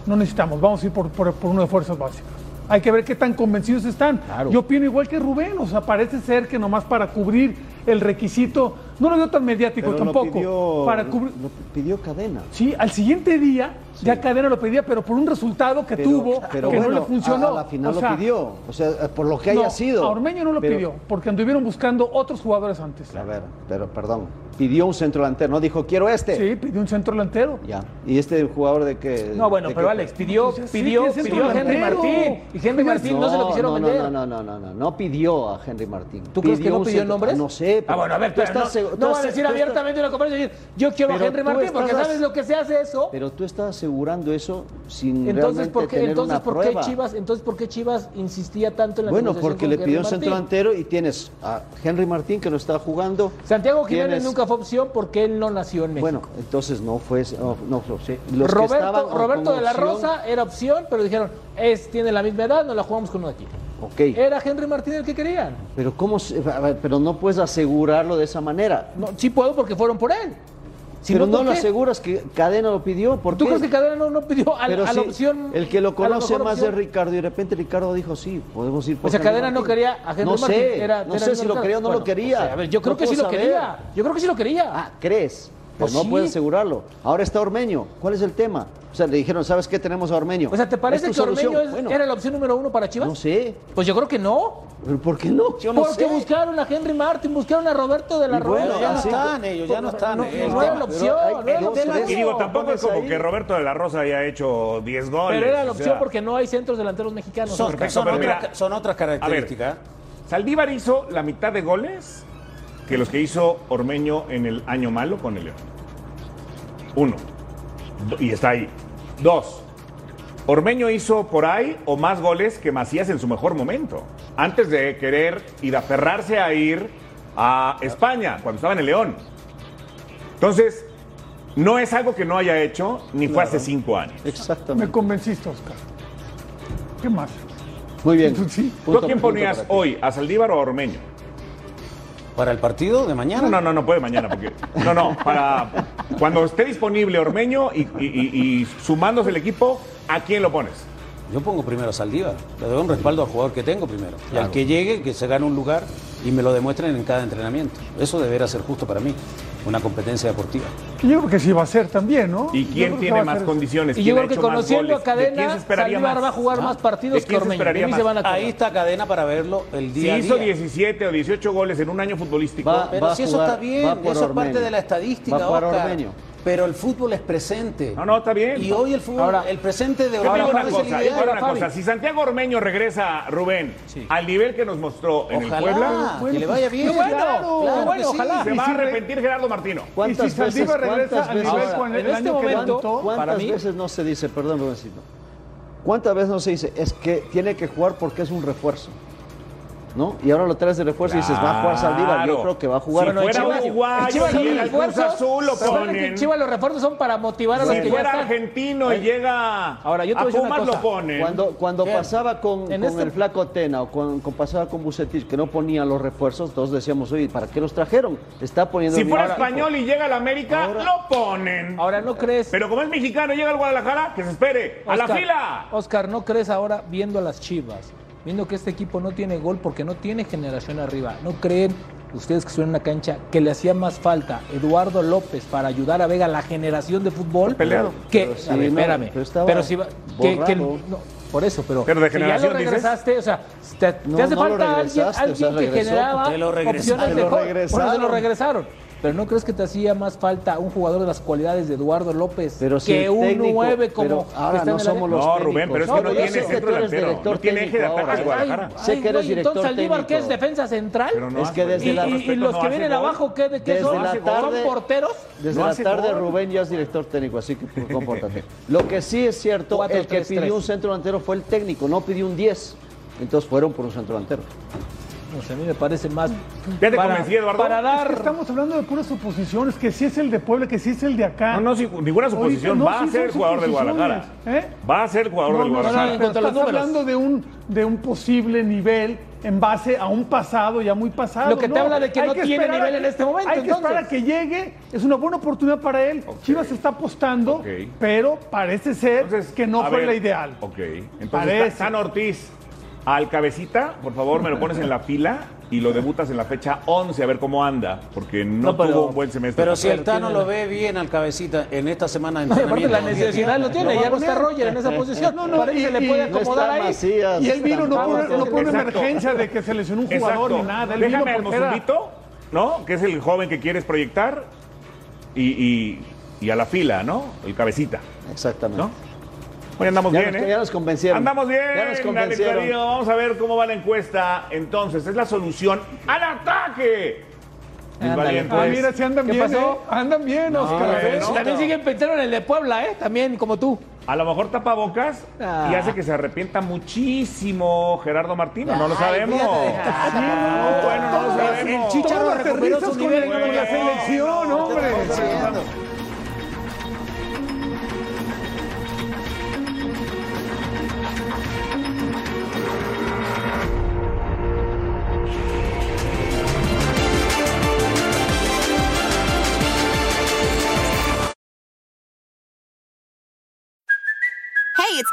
[SPEAKER 3] No necesitamos, vamos a ir por, por- por uno de fuerzas básicas. Hay que ver qué tan convencidos están. Yo opino igual que Rubén, o sea, parece ser que nomás para cubrir el requisito, no lo veo tan mediático
[SPEAKER 5] Pero lo
[SPEAKER 3] tampoco.
[SPEAKER 5] pidió-
[SPEAKER 3] para
[SPEAKER 5] lo-
[SPEAKER 3] cubrir,
[SPEAKER 5] lo pidió cadena.
[SPEAKER 3] Sí, al siguiente día ya Cadena lo pedía, pero por un resultado que
[SPEAKER 5] Pero-
[SPEAKER 3] tuvo
[SPEAKER 5] pero
[SPEAKER 3] que no
[SPEAKER 5] bueno,
[SPEAKER 3] le funcionó.
[SPEAKER 5] A, a la final
[SPEAKER 3] O sea,
[SPEAKER 5] lo pidió. O sea, por lo que haya
[SPEAKER 3] no,
[SPEAKER 5] sido.
[SPEAKER 3] A Ormeño no lo
[SPEAKER 5] Pero-
[SPEAKER 3] pidió, porque anduvieron buscando otros jugadores antes.
[SPEAKER 5] A ver, pero perdón. Pidió un centro delantero, no dijo quiero este.
[SPEAKER 3] Sí, pidió un centro delantero.
[SPEAKER 5] Ya. ¿Y este jugador de qué?
[SPEAKER 6] No, bueno,
[SPEAKER 5] de
[SPEAKER 6] pero
[SPEAKER 5] qué-
[SPEAKER 6] Alex, pidió,
[SPEAKER 3] Pues ya sí,
[SPEAKER 6] pidió,
[SPEAKER 3] ¿quién es el
[SPEAKER 6] pidió a Henry
[SPEAKER 3] delantero?
[SPEAKER 6] Martín. Y Henry Martín no, se lo quisieron
[SPEAKER 5] no,
[SPEAKER 6] vender.
[SPEAKER 5] No, no, no, no, no, no pidió a Henry Martín.
[SPEAKER 6] ¿Tú crees que
[SPEAKER 5] Pidió
[SPEAKER 6] no
[SPEAKER 5] un
[SPEAKER 6] pidió
[SPEAKER 5] centro-
[SPEAKER 6] nombres?
[SPEAKER 5] No sé.
[SPEAKER 6] Ah, bueno, a ver,
[SPEAKER 5] tú
[SPEAKER 6] pero
[SPEAKER 5] estás
[SPEAKER 6] no,
[SPEAKER 5] segu-
[SPEAKER 6] no
[SPEAKER 5] tú
[SPEAKER 6] va a
[SPEAKER 5] estás-
[SPEAKER 6] decir
[SPEAKER 5] tú
[SPEAKER 6] abiertamente en una conferencia y decir, yo quiero
[SPEAKER 5] Pero
[SPEAKER 6] a Henry
[SPEAKER 5] tú
[SPEAKER 6] Martín
[SPEAKER 5] estás
[SPEAKER 6] porque
[SPEAKER 5] as-
[SPEAKER 6] sabes lo que se hace eso.
[SPEAKER 5] Pero tú estás asegurando eso sin
[SPEAKER 6] Entonces,
[SPEAKER 5] realmente
[SPEAKER 6] ¿por qué,
[SPEAKER 5] tener
[SPEAKER 6] entonces,
[SPEAKER 5] una
[SPEAKER 6] ¿por qué
[SPEAKER 5] prueba.
[SPEAKER 6] Chivas, entonces, ¿por qué Chivas insistía tanto en la
[SPEAKER 5] Bueno,
[SPEAKER 6] negociación
[SPEAKER 5] porque
[SPEAKER 6] con
[SPEAKER 5] le
[SPEAKER 6] Henry
[SPEAKER 5] pidió un
[SPEAKER 6] Martín?
[SPEAKER 5] centro delantero y tienes a Henry Martín que no está jugando.
[SPEAKER 6] Santiago Jiménez
[SPEAKER 5] Tienes-
[SPEAKER 6] nunca fue opción porque él no nació en México.
[SPEAKER 5] Bueno, entonces no fue. No, no, sí. Los que
[SPEAKER 6] Roberto,
[SPEAKER 5] estaban con
[SPEAKER 6] Roberto de la
[SPEAKER 5] opción-
[SPEAKER 6] Rosa era opción, pero dijeron, es, tiene la misma edad, no la jugamos con uno de aquí.
[SPEAKER 5] Ok.
[SPEAKER 6] Era Henry Martín el que querían.
[SPEAKER 5] Pero cómo se- a ver, pero no puedes asegurarlo de esa manera.
[SPEAKER 6] No, sí puedo porque fueron por él. Si
[SPEAKER 5] pero no
[SPEAKER 6] ¿por
[SPEAKER 5] lo
[SPEAKER 6] qué?
[SPEAKER 5] aseguras que Cadena lo pidió. ¿Por
[SPEAKER 6] ¿Tú
[SPEAKER 5] qué?
[SPEAKER 6] crees que Cadena no, no pidió a,
[SPEAKER 5] Pero
[SPEAKER 6] a la
[SPEAKER 5] sí,
[SPEAKER 6] opción?
[SPEAKER 5] El que lo
[SPEAKER 6] a la
[SPEAKER 5] conoce
[SPEAKER 6] mejor
[SPEAKER 5] más
[SPEAKER 6] opción?
[SPEAKER 5] es Ricardo y de repente Ricardo dijo sí, podemos ir por.
[SPEAKER 6] O sea,
[SPEAKER 5] Henry
[SPEAKER 6] Cadena no
[SPEAKER 5] Martín".
[SPEAKER 6] quería a Henry
[SPEAKER 5] no
[SPEAKER 6] Martín.
[SPEAKER 5] Sé,
[SPEAKER 6] era-
[SPEAKER 5] no
[SPEAKER 6] era
[SPEAKER 5] sé si lo
[SPEAKER 6] Martín.
[SPEAKER 5] quería o no
[SPEAKER 6] Bueno,
[SPEAKER 5] lo quería.
[SPEAKER 6] o sea, a ver, yo creo
[SPEAKER 5] No
[SPEAKER 6] que sí
[SPEAKER 5] puedo
[SPEAKER 6] lo
[SPEAKER 5] saber.
[SPEAKER 6] quería. Yo creo que sí lo quería.
[SPEAKER 5] Ah, crees. Pero
[SPEAKER 6] Pues
[SPEAKER 5] no
[SPEAKER 6] sí.
[SPEAKER 5] puedes asegurarlo. Ahora está Ormeño. ¿Cuál es el tema? O sea, le dijeron, ¿sabes qué tenemos a Ormeño?
[SPEAKER 6] o sea, ¿te
[SPEAKER 5] ¿Es
[SPEAKER 6] parece
[SPEAKER 5] tu
[SPEAKER 6] que Ormeño
[SPEAKER 5] solución?
[SPEAKER 6] es-
[SPEAKER 5] Bueno,
[SPEAKER 6] era la opción número uno para Chivas?
[SPEAKER 5] No sé.
[SPEAKER 6] Pues yo creo que no.
[SPEAKER 5] ¿Pero ¿Por qué no? Yo no
[SPEAKER 6] porque
[SPEAKER 5] sé.
[SPEAKER 6] buscaron a Henry Martin, buscaron a Roberto de la
[SPEAKER 5] Y bueno,
[SPEAKER 6] Rosa.
[SPEAKER 4] Pero ya no
[SPEAKER 5] así-
[SPEAKER 4] están ellos, ya no están.
[SPEAKER 6] No,
[SPEAKER 4] El
[SPEAKER 6] no era
[SPEAKER 4] tema.
[SPEAKER 6] la opción,
[SPEAKER 5] Pero hay-
[SPEAKER 6] no era la
[SPEAKER 5] hay
[SPEAKER 6] opción.
[SPEAKER 5] dos,
[SPEAKER 1] Y digo, tampoco es
[SPEAKER 5] pones
[SPEAKER 1] como
[SPEAKER 5] ahí.
[SPEAKER 1] que Roberto de la Rosa haya hecho 10 goles.
[SPEAKER 6] Pero era la
[SPEAKER 1] o sea,
[SPEAKER 6] opción porque no hay centros delanteros mexicanos.
[SPEAKER 4] Son,
[SPEAKER 1] Perfecto,
[SPEAKER 4] son
[SPEAKER 1] pero
[SPEAKER 4] otras,
[SPEAKER 1] mira.
[SPEAKER 4] son otras características.
[SPEAKER 1] Saldívar hizo la mitad de goles que los que hizo Ormeño en el año malo con el León. Uno. Do- Y está ahí. Dos. Ormeño hizo por ahí o más goles que Macías en su mejor momento. Antes de querer y de aferrarse a ir a España cuando estaba en el León. Entonces, no es algo que no haya hecho ni fue hace cinco años.
[SPEAKER 3] Me
[SPEAKER 5] Exactamente.
[SPEAKER 3] convenciste, Oscar. ¿Qué más?
[SPEAKER 5] Muy bien.
[SPEAKER 3] Sí.
[SPEAKER 1] ¿Tú
[SPEAKER 5] Punto-
[SPEAKER 1] a quién
[SPEAKER 5] punto
[SPEAKER 1] ponías
[SPEAKER 5] para ti.
[SPEAKER 1] hoy? ¿A Saldívar o a Ormeño?
[SPEAKER 4] Para el partido de
[SPEAKER 1] No,
[SPEAKER 4] mañana.
[SPEAKER 1] no, no, no puede mañana porque. No, no, para. Cuando esté disponible Ormeño y, y- y- y sumándose el equipo, ¿a quién lo pones?
[SPEAKER 4] Yo pongo primero a Saldívar. Le doy un respaldo al jugador que tengo primero. Y al que llegue, que se gane un lugar y me lo demuestren en cada entrenamiento. Eso deberá ser justo para mí. Una competencia deportiva.
[SPEAKER 3] Que yo creo que sí va a ser también, ¿no?
[SPEAKER 1] ¿Y
[SPEAKER 3] Yo
[SPEAKER 1] quién
[SPEAKER 3] creo que va
[SPEAKER 1] tiene
[SPEAKER 3] a
[SPEAKER 1] más
[SPEAKER 3] ser-
[SPEAKER 1] condiciones?
[SPEAKER 6] Y
[SPEAKER 1] ¿Quién
[SPEAKER 6] yo
[SPEAKER 1] ha
[SPEAKER 6] creo que
[SPEAKER 1] hecho más
[SPEAKER 6] conociendo a
[SPEAKER 1] goles? ¿De quién se
[SPEAKER 6] Cadena,
[SPEAKER 1] esperaría
[SPEAKER 6] Saldívar
[SPEAKER 1] más?
[SPEAKER 6] va a jugar
[SPEAKER 1] ¿Ah?
[SPEAKER 6] más partidos
[SPEAKER 1] ¿De
[SPEAKER 6] que
[SPEAKER 1] quién se
[SPEAKER 6] Ormeño.
[SPEAKER 1] esperaría
[SPEAKER 6] De mí se
[SPEAKER 1] más?
[SPEAKER 6] van a acordar.
[SPEAKER 4] Ahí está cadena para verlo el
[SPEAKER 1] Si
[SPEAKER 4] día a
[SPEAKER 1] hizo
[SPEAKER 4] día.
[SPEAKER 1] 17 o 18 goles en un año futbolístico.
[SPEAKER 5] Va-
[SPEAKER 4] Pero si eso
[SPEAKER 5] jugar-
[SPEAKER 4] está bien,
[SPEAKER 5] va por
[SPEAKER 4] eso es parte
[SPEAKER 5] Ormeño.
[SPEAKER 4] de la estadística.
[SPEAKER 5] Va por
[SPEAKER 4] Oscar.
[SPEAKER 5] Ormeño.
[SPEAKER 4] Pero el fútbol es presente.
[SPEAKER 1] No, no, está bien.
[SPEAKER 4] Y hoy el fútbol,
[SPEAKER 6] Ahora-
[SPEAKER 4] el presente de
[SPEAKER 1] Yo te digo una
[SPEAKER 4] Fabi, es el
[SPEAKER 1] cosa, yo
[SPEAKER 4] ideal.
[SPEAKER 1] te digo una
[SPEAKER 6] Fabi.
[SPEAKER 1] cosa. Si Santiago Ormeño regresa, Rubén, al nivel que nos mostró en el
[SPEAKER 4] Ojalá,
[SPEAKER 1] Puebla,
[SPEAKER 4] que le vaya bien.
[SPEAKER 3] Qué bueno,
[SPEAKER 4] claro,
[SPEAKER 3] qué
[SPEAKER 4] claro
[SPEAKER 3] bueno,
[SPEAKER 4] que sí.
[SPEAKER 3] ojalá.
[SPEAKER 1] se
[SPEAKER 3] Y
[SPEAKER 1] va
[SPEAKER 3] si
[SPEAKER 1] a
[SPEAKER 3] re-
[SPEAKER 1] arrepentir Gerardo Martino.
[SPEAKER 5] ¿Cuántas
[SPEAKER 3] Y si Saldívar
[SPEAKER 5] veces-
[SPEAKER 3] regresa
[SPEAKER 5] cuántas
[SPEAKER 3] al nivel
[SPEAKER 5] veces-
[SPEAKER 3] con el
[SPEAKER 6] en este
[SPEAKER 3] año que
[SPEAKER 6] momento-
[SPEAKER 3] levantó?
[SPEAKER 6] Para
[SPEAKER 5] ¿Cuántas
[SPEAKER 6] mí-
[SPEAKER 5] veces no se dice, perdón, Rubéncito? ¿Cuántas veces no se dice, es que tiene que jugar porque es un refuerzo? ¿no? Y ahora lo traes de refuerzo y dices, va a jugar Saldívar. Yo
[SPEAKER 1] Claro.
[SPEAKER 5] creo que va a jugar.
[SPEAKER 1] Si fuera uruguayo,
[SPEAKER 6] Chivas
[SPEAKER 1] si
[SPEAKER 6] los
[SPEAKER 1] llega el Cruz
[SPEAKER 6] refuerzos-
[SPEAKER 1] Azul, lo
[SPEAKER 6] se supone que
[SPEAKER 1] ponen.
[SPEAKER 6] Chivas los refuerzos son para motivar a los
[SPEAKER 1] Si
[SPEAKER 6] que ya
[SPEAKER 1] fuera
[SPEAKER 6] están.
[SPEAKER 1] argentino y llega
[SPEAKER 6] Ahora, yo te
[SPEAKER 1] a
[SPEAKER 6] voy a decir una
[SPEAKER 1] Pumas, lo
[SPEAKER 6] cosa.
[SPEAKER 1] ponen.
[SPEAKER 5] Cuando, cuando
[SPEAKER 6] ¿Qué?
[SPEAKER 5] pasaba con,
[SPEAKER 6] En
[SPEAKER 5] con
[SPEAKER 6] este-
[SPEAKER 5] el flaco Tena o con, con- pasaba con Bucetich, que no ponía los refuerzos, todos decíamos, oye, ¿para qué los trajeron? Está poniendo
[SPEAKER 1] Si
[SPEAKER 5] el
[SPEAKER 1] fuera
[SPEAKER 5] mismo equipo.
[SPEAKER 1] español y llega al América, lo ponen.
[SPEAKER 6] Ahora, ¿no crees?
[SPEAKER 1] Pero como es mexicano y llega al Guadalajara, que se espere. ¡A la
[SPEAKER 6] Oscar,
[SPEAKER 1] fila!
[SPEAKER 6] Oscar, ¿no crees ahora viendo a las Chivas, viendo que este equipo no tiene gol porque no tiene generación arriba? ¿No creen ustedes que suena una cancha que le hacía más falta Eduardo López para ayudar a Vega a la generación de fútbol?
[SPEAKER 1] Peleado.
[SPEAKER 6] Que,
[SPEAKER 5] Pero sí,
[SPEAKER 6] a ver,
[SPEAKER 5] no,
[SPEAKER 6] espérame.
[SPEAKER 5] pero
[SPEAKER 6] Pero,
[SPEAKER 5] estaba
[SPEAKER 6] si va- que- que-
[SPEAKER 5] borrado.
[SPEAKER 6] no, por eso, pero,
[SPEAKER 1] Pero de
[SPEAKER 6] si ya lo
[SPEAKER 1] generación, dices.
[SPEAKER 6] regresaste, o sea, te, te
[SPEAKER 5] No, no
[SPEAKER 6] hace
[SPEAKER 5] lo
[SPEAKER 6] falta alguien,
[SPEAKER 5] regresaste,
[SPEAKER 6] alguien
[SPEAKER 5] o sea,
[SPEAKER 6] que
[SPEAKER 5] regresó,
[SPEAKER 6] generaba
[SPEAKER 4] te lo regresaron.
[SPEAKER 6] opciones
[SPEAKER 5] Te lo
[SPEAKER 6] de gol. Por eso te lo
[SPEAKER 5] regresaron.
[SPEAKER 6] regresaron. Pero ¿no crees que te hacía más falta un jugador de las cualidades de Eduardo López
[SPEAKER 5] Pero si
[SPEAKER 6] que
[SPEAKER 5] el
[SPEAKER 6] un
[SPEAKER 5] técnico-
[SPEAKER 6] 9 como
[SPEAKER 5] pero ahora
[SPEAKER 6] que está
[SPEAKER 5] no
[SPEAKER 6] en el área?
[SPEAKER 5] somos los
[SPEAKER 1] No, Rubén, pero es que
[SPEAKER 5] técnicos.
[SPEAKER 6] No, pues
[SPEAKER 1] no,
[SPEAKER 6] yo sé
[SPEAKER 1] tiene
[SPEAKER 6] que
[SPEAKER 1] centro
[SPEAKER 5] tú eres
[SPEAKER 1] delantero.
[SPEAKER 5] director
[SPEAKER 1] no tiene eje de
[SPEAKER 5] técnico
[SPEAKER 1] ataque
[SPEAKER 5] ahora.
[SPEAKER 1] el Guadalajara.
[SPEAKER 5] Sé que eres
[SPEAKER 6] güey, entonces
[SPEAKER 5] director
[SPEAKER 6] Saldívar que es
[SPEAKER 5] técnico.
[SPEAKER 6] defensa central
[SPEAKER 1] Pero no
[SPEAKER 5] Es que
[SPEAKER 1] hace-
[SPEAKER 6] y,
[SPEAKER 5] desde la-
[SPEAKER 6] y- y
[SPEAKER 1] respeto,
[SPEAKER 6] los
[SPEAKER 1] no
[SPEAKER 6] que
[SPEAKER 1] hace
[SPEAKER 6] vienen
[SPEAKER 1] gol.
[SPEAKER 6] abajo ¿qué, de qué
[SPEAKER 5] Desde
[SPEAKER 6] son?
[SPEAKER 5] la
[SPEAKER 6] ¿Son
[SPEAKER 5] tarde-
[SPEAKER 6] porteros?
[SPEAKER 5] Desde
[SPEAKER 1] No
[SPEAKER 5] la
[SPEAKER 1] hace
[SPEAKER 5] tarde
[SPEAKER 1] gol.
[SPEAKER 5] Rubén ya es director técnico, así que pues, compórtate. Lo que sí es cierto,
[SPEAKER 6] Cuatro,
[SPEAKER 5] el que
[SPEAKER 6] tres,
[SPEAKER 5] pidió
[SPEAKER 6] tres.
[SPEAKER 5] un centro delantero fue el técnico, no pidió un 10. Entonces fueron por un centro delantero.
[SPEAKER 6] No sé, a mí me parece más
[SPEAKER 1] ¿Ya te
[SPEAKER 6] para,
[SPEAKER 1] convencí, Eduardo?
[SPEAKER 6] para
[SPEAKER 3] Es que
[SPEAKER 6] dar
[SPEAKER 3] estamos hablando de puras suposiciones, que si es el de Puebla, que si es el de acá.
[SPEAKER 1] No, no, sí, ninguna
[SPEAKER 3] Ahorita,
[SPEAKER 1] suposición.
[SPEAKER 3] no,
[SPEAKER 1] Va a
[SPEAKER 3] sí
[SPEAKER 1] ser el
[SPEAKER 3] son
[SPEAKER 1] jugador del Guadalajara.
[SPEAKER 3] suposiciones, ¿eh?
[SPEAKER 1] Va a ser el jugador
[SPEAKER 3] No,
[SPEAKER 1] del
[SPEAKER 3] no,
[SPEAKER 6] no,
[SPEAKER 1] Guadalajara.
[SPEAKER 6] en
[SPEAKER 3] pero
[SPEAKER 6] cuanto a los
[SPEAKER 3] estás
[SPEAKER 6] números.
[SPEAKER 3] hablando de un, de un posible nivel en base a un pasado ya muy pasado.
[SPEAKER 6] Lo que te
[SPEAKER 3] ¿no?
[SPEAKER 6] habla de que
[SPEAKER 3] Hay
[SPEAKER 6] no tiene
[SPEAKER 3] esperar a
[SPEAKER 6] nivel en este momento,
[SPEAKER 3] Hay que
[SPEAKER 6] entonces.
[SPEAKER 3] esperar a que llegue. Es una buena oportunidad para él.
[SPEAKER 1] Ok.
[SPEAKER 3] Chivas está apostando,
[SPEAKER 1] Ok.
[SPEAKER 3] pero parece ser
[SPEAKER 1] Entonces,
[SPEAKER 3] que no
[SPEAKER 1] a
[SPEAKER 3] fue
[SPEAKER 1] ver,
[SPEAKER 3] la ideal.
[SPEAKER 1] Ok.
[SPEAKER 3] Parece.
[SPEAKER 1] Entonces, San Ortiz, al cabecita, por favor, me lo pones en la fila y lo debutas en la fecha 11, a ver cómo anda, porque no,
[SPEAKER 6] No, pero-
[SPEAKER 1] tuvo un buen semestre.
[SPEAKER 4] Pero si el
[SPEAKER 6] Pero
[SPEAKER 4] Tano
[SPEAKER 6] tiene-
[SPEAKER 4] lo ve bien al cabecita en esta semana de
[SPEAKER 6] No, y aparte
[SPEAKER 4] entrenamiento.
[SPEAKER 6] la necesidad lo
[SPEAKER 3] Lo
[SPEAKER 6] tiene,
[SPEAKER 3] va
[SPEAKER 6] ya
[SPEAKER 3] a
[SPEAKER 6] no está
[SPEAKER 3] poner.
[SPEAKER 6] Roger en esa posición.
[SPEAKER 3] No, no,
[SPEAKER 6] Parece
[SPEAKER 3] y-
[SPEAKER 6] que le
[SPEAKER 3] y-
[SPEAKER 6] puede
[SPEAKER 3] no está
[SPEAKER 6] acomodar ahí.
[SPEAKER 5] Macías,
[SPEAKER 3] Y él vino no
[SPEAKER 6] Vamos,
[SPEAKER 3] por, no por una
[SPEAKER 1] exacto.
[SPEAKER 3] emergencia de que se lesionó un jugador ni nada. Él
[SPEAKER 1] Déjame
[SPEAKER 3] vino
[SPEAKER 1] al
[SPEAKER 3] porque era-
[SPEAKER 1] Mozumbito, ¿no? Que es el joven que quieres proyectar y, y- y a la fila, ¿no? El cabecita,
[SPEAKER 5] Exactamente.
[SPEAKER 1] ¿no? Hoy andamos
[SPEAKER 5] Ya
[SPEAKER 1] bien,
[SPEAKER 5] nos-
[SPEAKER 1] ¿eh?
[SPEAKER 5] ya nos convencieron.
[SPEAKER 1] Andamos bien,
[SPEAKER 5] Ya nos
[SPEAKER 1] Alex
[SPEAKER 5] convencieron.
[SPEAKER 1] Darío. Vamos a ver cómo va la encuesta. Entonces, es la solución al ataque. Mis
[SPEAKER 6] Ándale,
[SPEAKER 1] valientes.
[SPEAKER 3] Ah, mira, si andan
[SPEAKER 6] ¿Qué
[SPEAKER 3] bien,
[SPEAKER 6] pasó?
[SPEAKER 3] ¿eh? Andan bien, Oscar.
[SPEAKER 1] bueno.
[SPEAKER 3] ¿eh?
[SPEAKER 1] ¿no?
[SPEAKER 6] También siguen pensando en el de Puebla, ¿eh? También, como tú.
[SPEAKER 1] A lo mejor tapabocas y
[SPEAKER 6] Ah.
[SPEAKER 1] hace que se arrepienta muchísimo Gerardo Martino, no lo
[SPEAKER 6] Ay,
[SPEAKER 1] sabemos.
[SPEAKER 6] fíjate de-
[SPEAKER 1] Ah, no, bueno, no lo sabemos.
[SPEAKER 6] El Chicharro
[SPEAKER 3] Todos
[SPEAKER 6] recuperó
[SPEAKER 3] aterrizas con
[SPEAKER 6] su nivel
[SPEAKER 3] el-
[SPEAKER 6] como
[SPEAKER 3] con la
[SPEAKER 6] no,
[SPEAKER 3] selección, hombre.
[SPEAKER 7] Hey, it's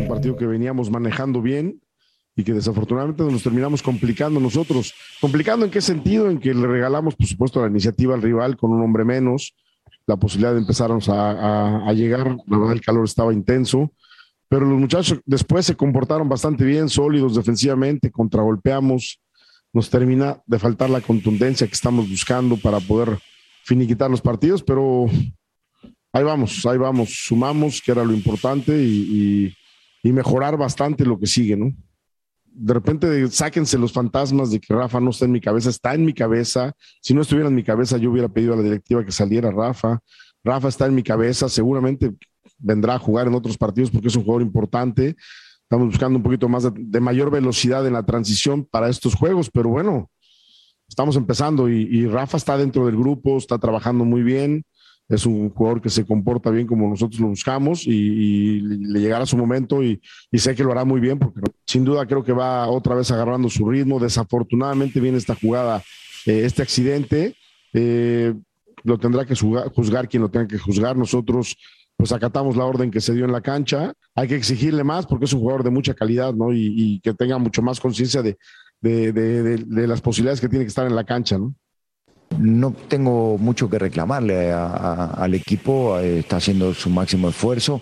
[SPEAKER 8] un partido que veníamos manejando bien y que desafortunadamente nos los terminamos complicando nosotros. ¿Complicando en qué sentido? En que le regalamos, por supuesto, la iniciativa al rival con un hombre menos, la posibilidad de empezarnos a, a- a llegar, la verdad el calor estaba intenso, pero los muchachos después se comportaron bastante bien, sólidos defensivamente, contragolpeamos, nos termina de faltar la contundencia que estamos buscando para poder finiquitar los partidos, pero ahí vamos, ahí vamos, sumamos, que era lo importante, y, y- y mejorar bastante lo que sigue, ¿no? De repente sáquense los fantasmas de que Rafa no está en mi cabeza, está en mi cabeza. Si no estuviera en mi cabeza, yo hubiera pedido a la directiva que saliera Rafa. Rafa está en mi cabeza, seguramente vendrá a jugar en otros partidos porque es un jugador importante. Estamos buscando un poquito más de, de mayor velocidad en la transición para estos juegos, pero bueno, estamos empezando y- y Rafa está dentro del grupo, está trabajando muy bien es un jugador que se comporta bien como nosotros lo buscamos y, y le llegará su momento y, y sé que lo hará muy bien porque sin duda creo que va otra vez agarrando su ritmo. Desafortunadamente viene esta jugada, eh, este accidente, eh, lo tendrá que juzgar, juzgar quien lo tenga que juzgar. Nosotros pues acatamos la orden que se dio en la cancha. Hay que exigirle más porque es un jugador de mucha calidad ¿no? y, y que tenga mucho más conciencia de, de- de- de- de las posibilidades que tiene que estar en la cancha. ¿no?
[SPEAKER 9] No tengo mucho que reclamarle a- a- al equipo, eh, está haciendo su máximo esfuerzo.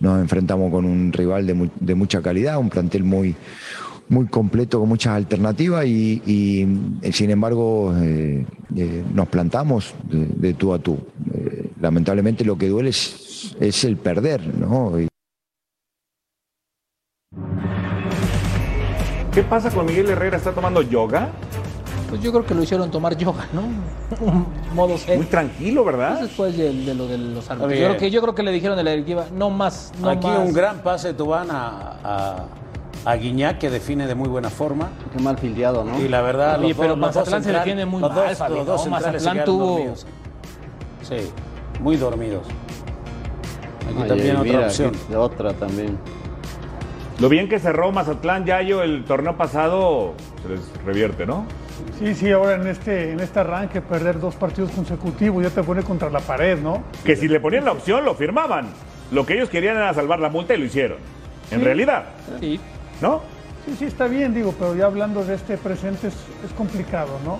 [SPEAKER 9] Nos enfrentamos con un rival de, mu- de mucha calidad, un plantel muy, muy completo con muchas alternativas y, y, eh, sin embargo eh, eh, nos plantamos de, de tú a tú. Eh, lamentablemente lo que duele es, es el perder, ¿no? Y-
[SPEAKER 1] ¿Qué pasa con Miguel Herrera? ¿Está tomando yoga?
[SPEAKER 6] Pues yo creo que lo hicieron tomar yoga, ¿no? Un modo zen.
[SPEAKER 1] Muy tranquilo, ¿verdad?
[SPEAKER 6] Pues después de, de lo de los árbitros. Yo
[SPEAKER 4] bien.
[SPEAKER 6] creo, que, yo creo que le dijeron de la directiva, no más, no
[SPEAKER 4] Aquí
[SPEAKER 6] más.
[SPEAKER 4] un gran pase de Tubán a, a, a Guiñac, que define de muy buena forma.
[SPEAKER 5] Qué mal fildeado, ¿no?
[SPEAKER 4] Y la verdad,
[SPEAKER 6] Oye,
[SPEAKER 4] los
[SPEAKER 6] pero
[SPEAKER 4] dos- los dos
[SPEAKER 6] Mazatlán se
[SPEAKER 4] central-
[SPEAKER 6] defiende muy
[SPEAKER 4] los
[SPEAKER 6] mal,
[SPEAKER 4] dos-
[SPEAKER 6] Fabi,
[SPEAKER 4] los dos
[SPEAKER 6] ¿no?
[SPEAKER 4] centrales se
[SPEAKER 6] Mazatlán
[SPEAKER 4] quedaron
[SPEAKER 6] tuvo-
[SPEAKER 4] dormidos. Sí, muy dormidos. Aquí
[SPEAKER 5] Ay,
[SPEAKER 4] también
[SPEAKER 5] ay,
[SPEAKER 4] otra
[SPEAKER 5] mira,
[SPEAKER 4] opción.
[SPEAKER 5] aquí Otra también.
[SPEAKER 1] Lo bien que cerró Mazatlán Yayo el torneo pasado, se les revierte, ¿no?
[SPEAKER 3] Sí, sí, ahora en este, en este arranque perder dos partidos consecutivos ya te pone contra la pared, ¿no?
[SPEAKER 1] Que si le ponían la opción, lo firmaban. Lo que ellos querían era salvar la multa y lo hicieron. En
[SPEAKER 3] Sí.
[SPEAKER 1] realidad,
[SPEAKER 6] Sí.
[SPEAKER 1] ¿no?
[SPEAKER 3] Sí, sí, está bien, digo, pero ya hablando de este presente es, es complicado, ¿no?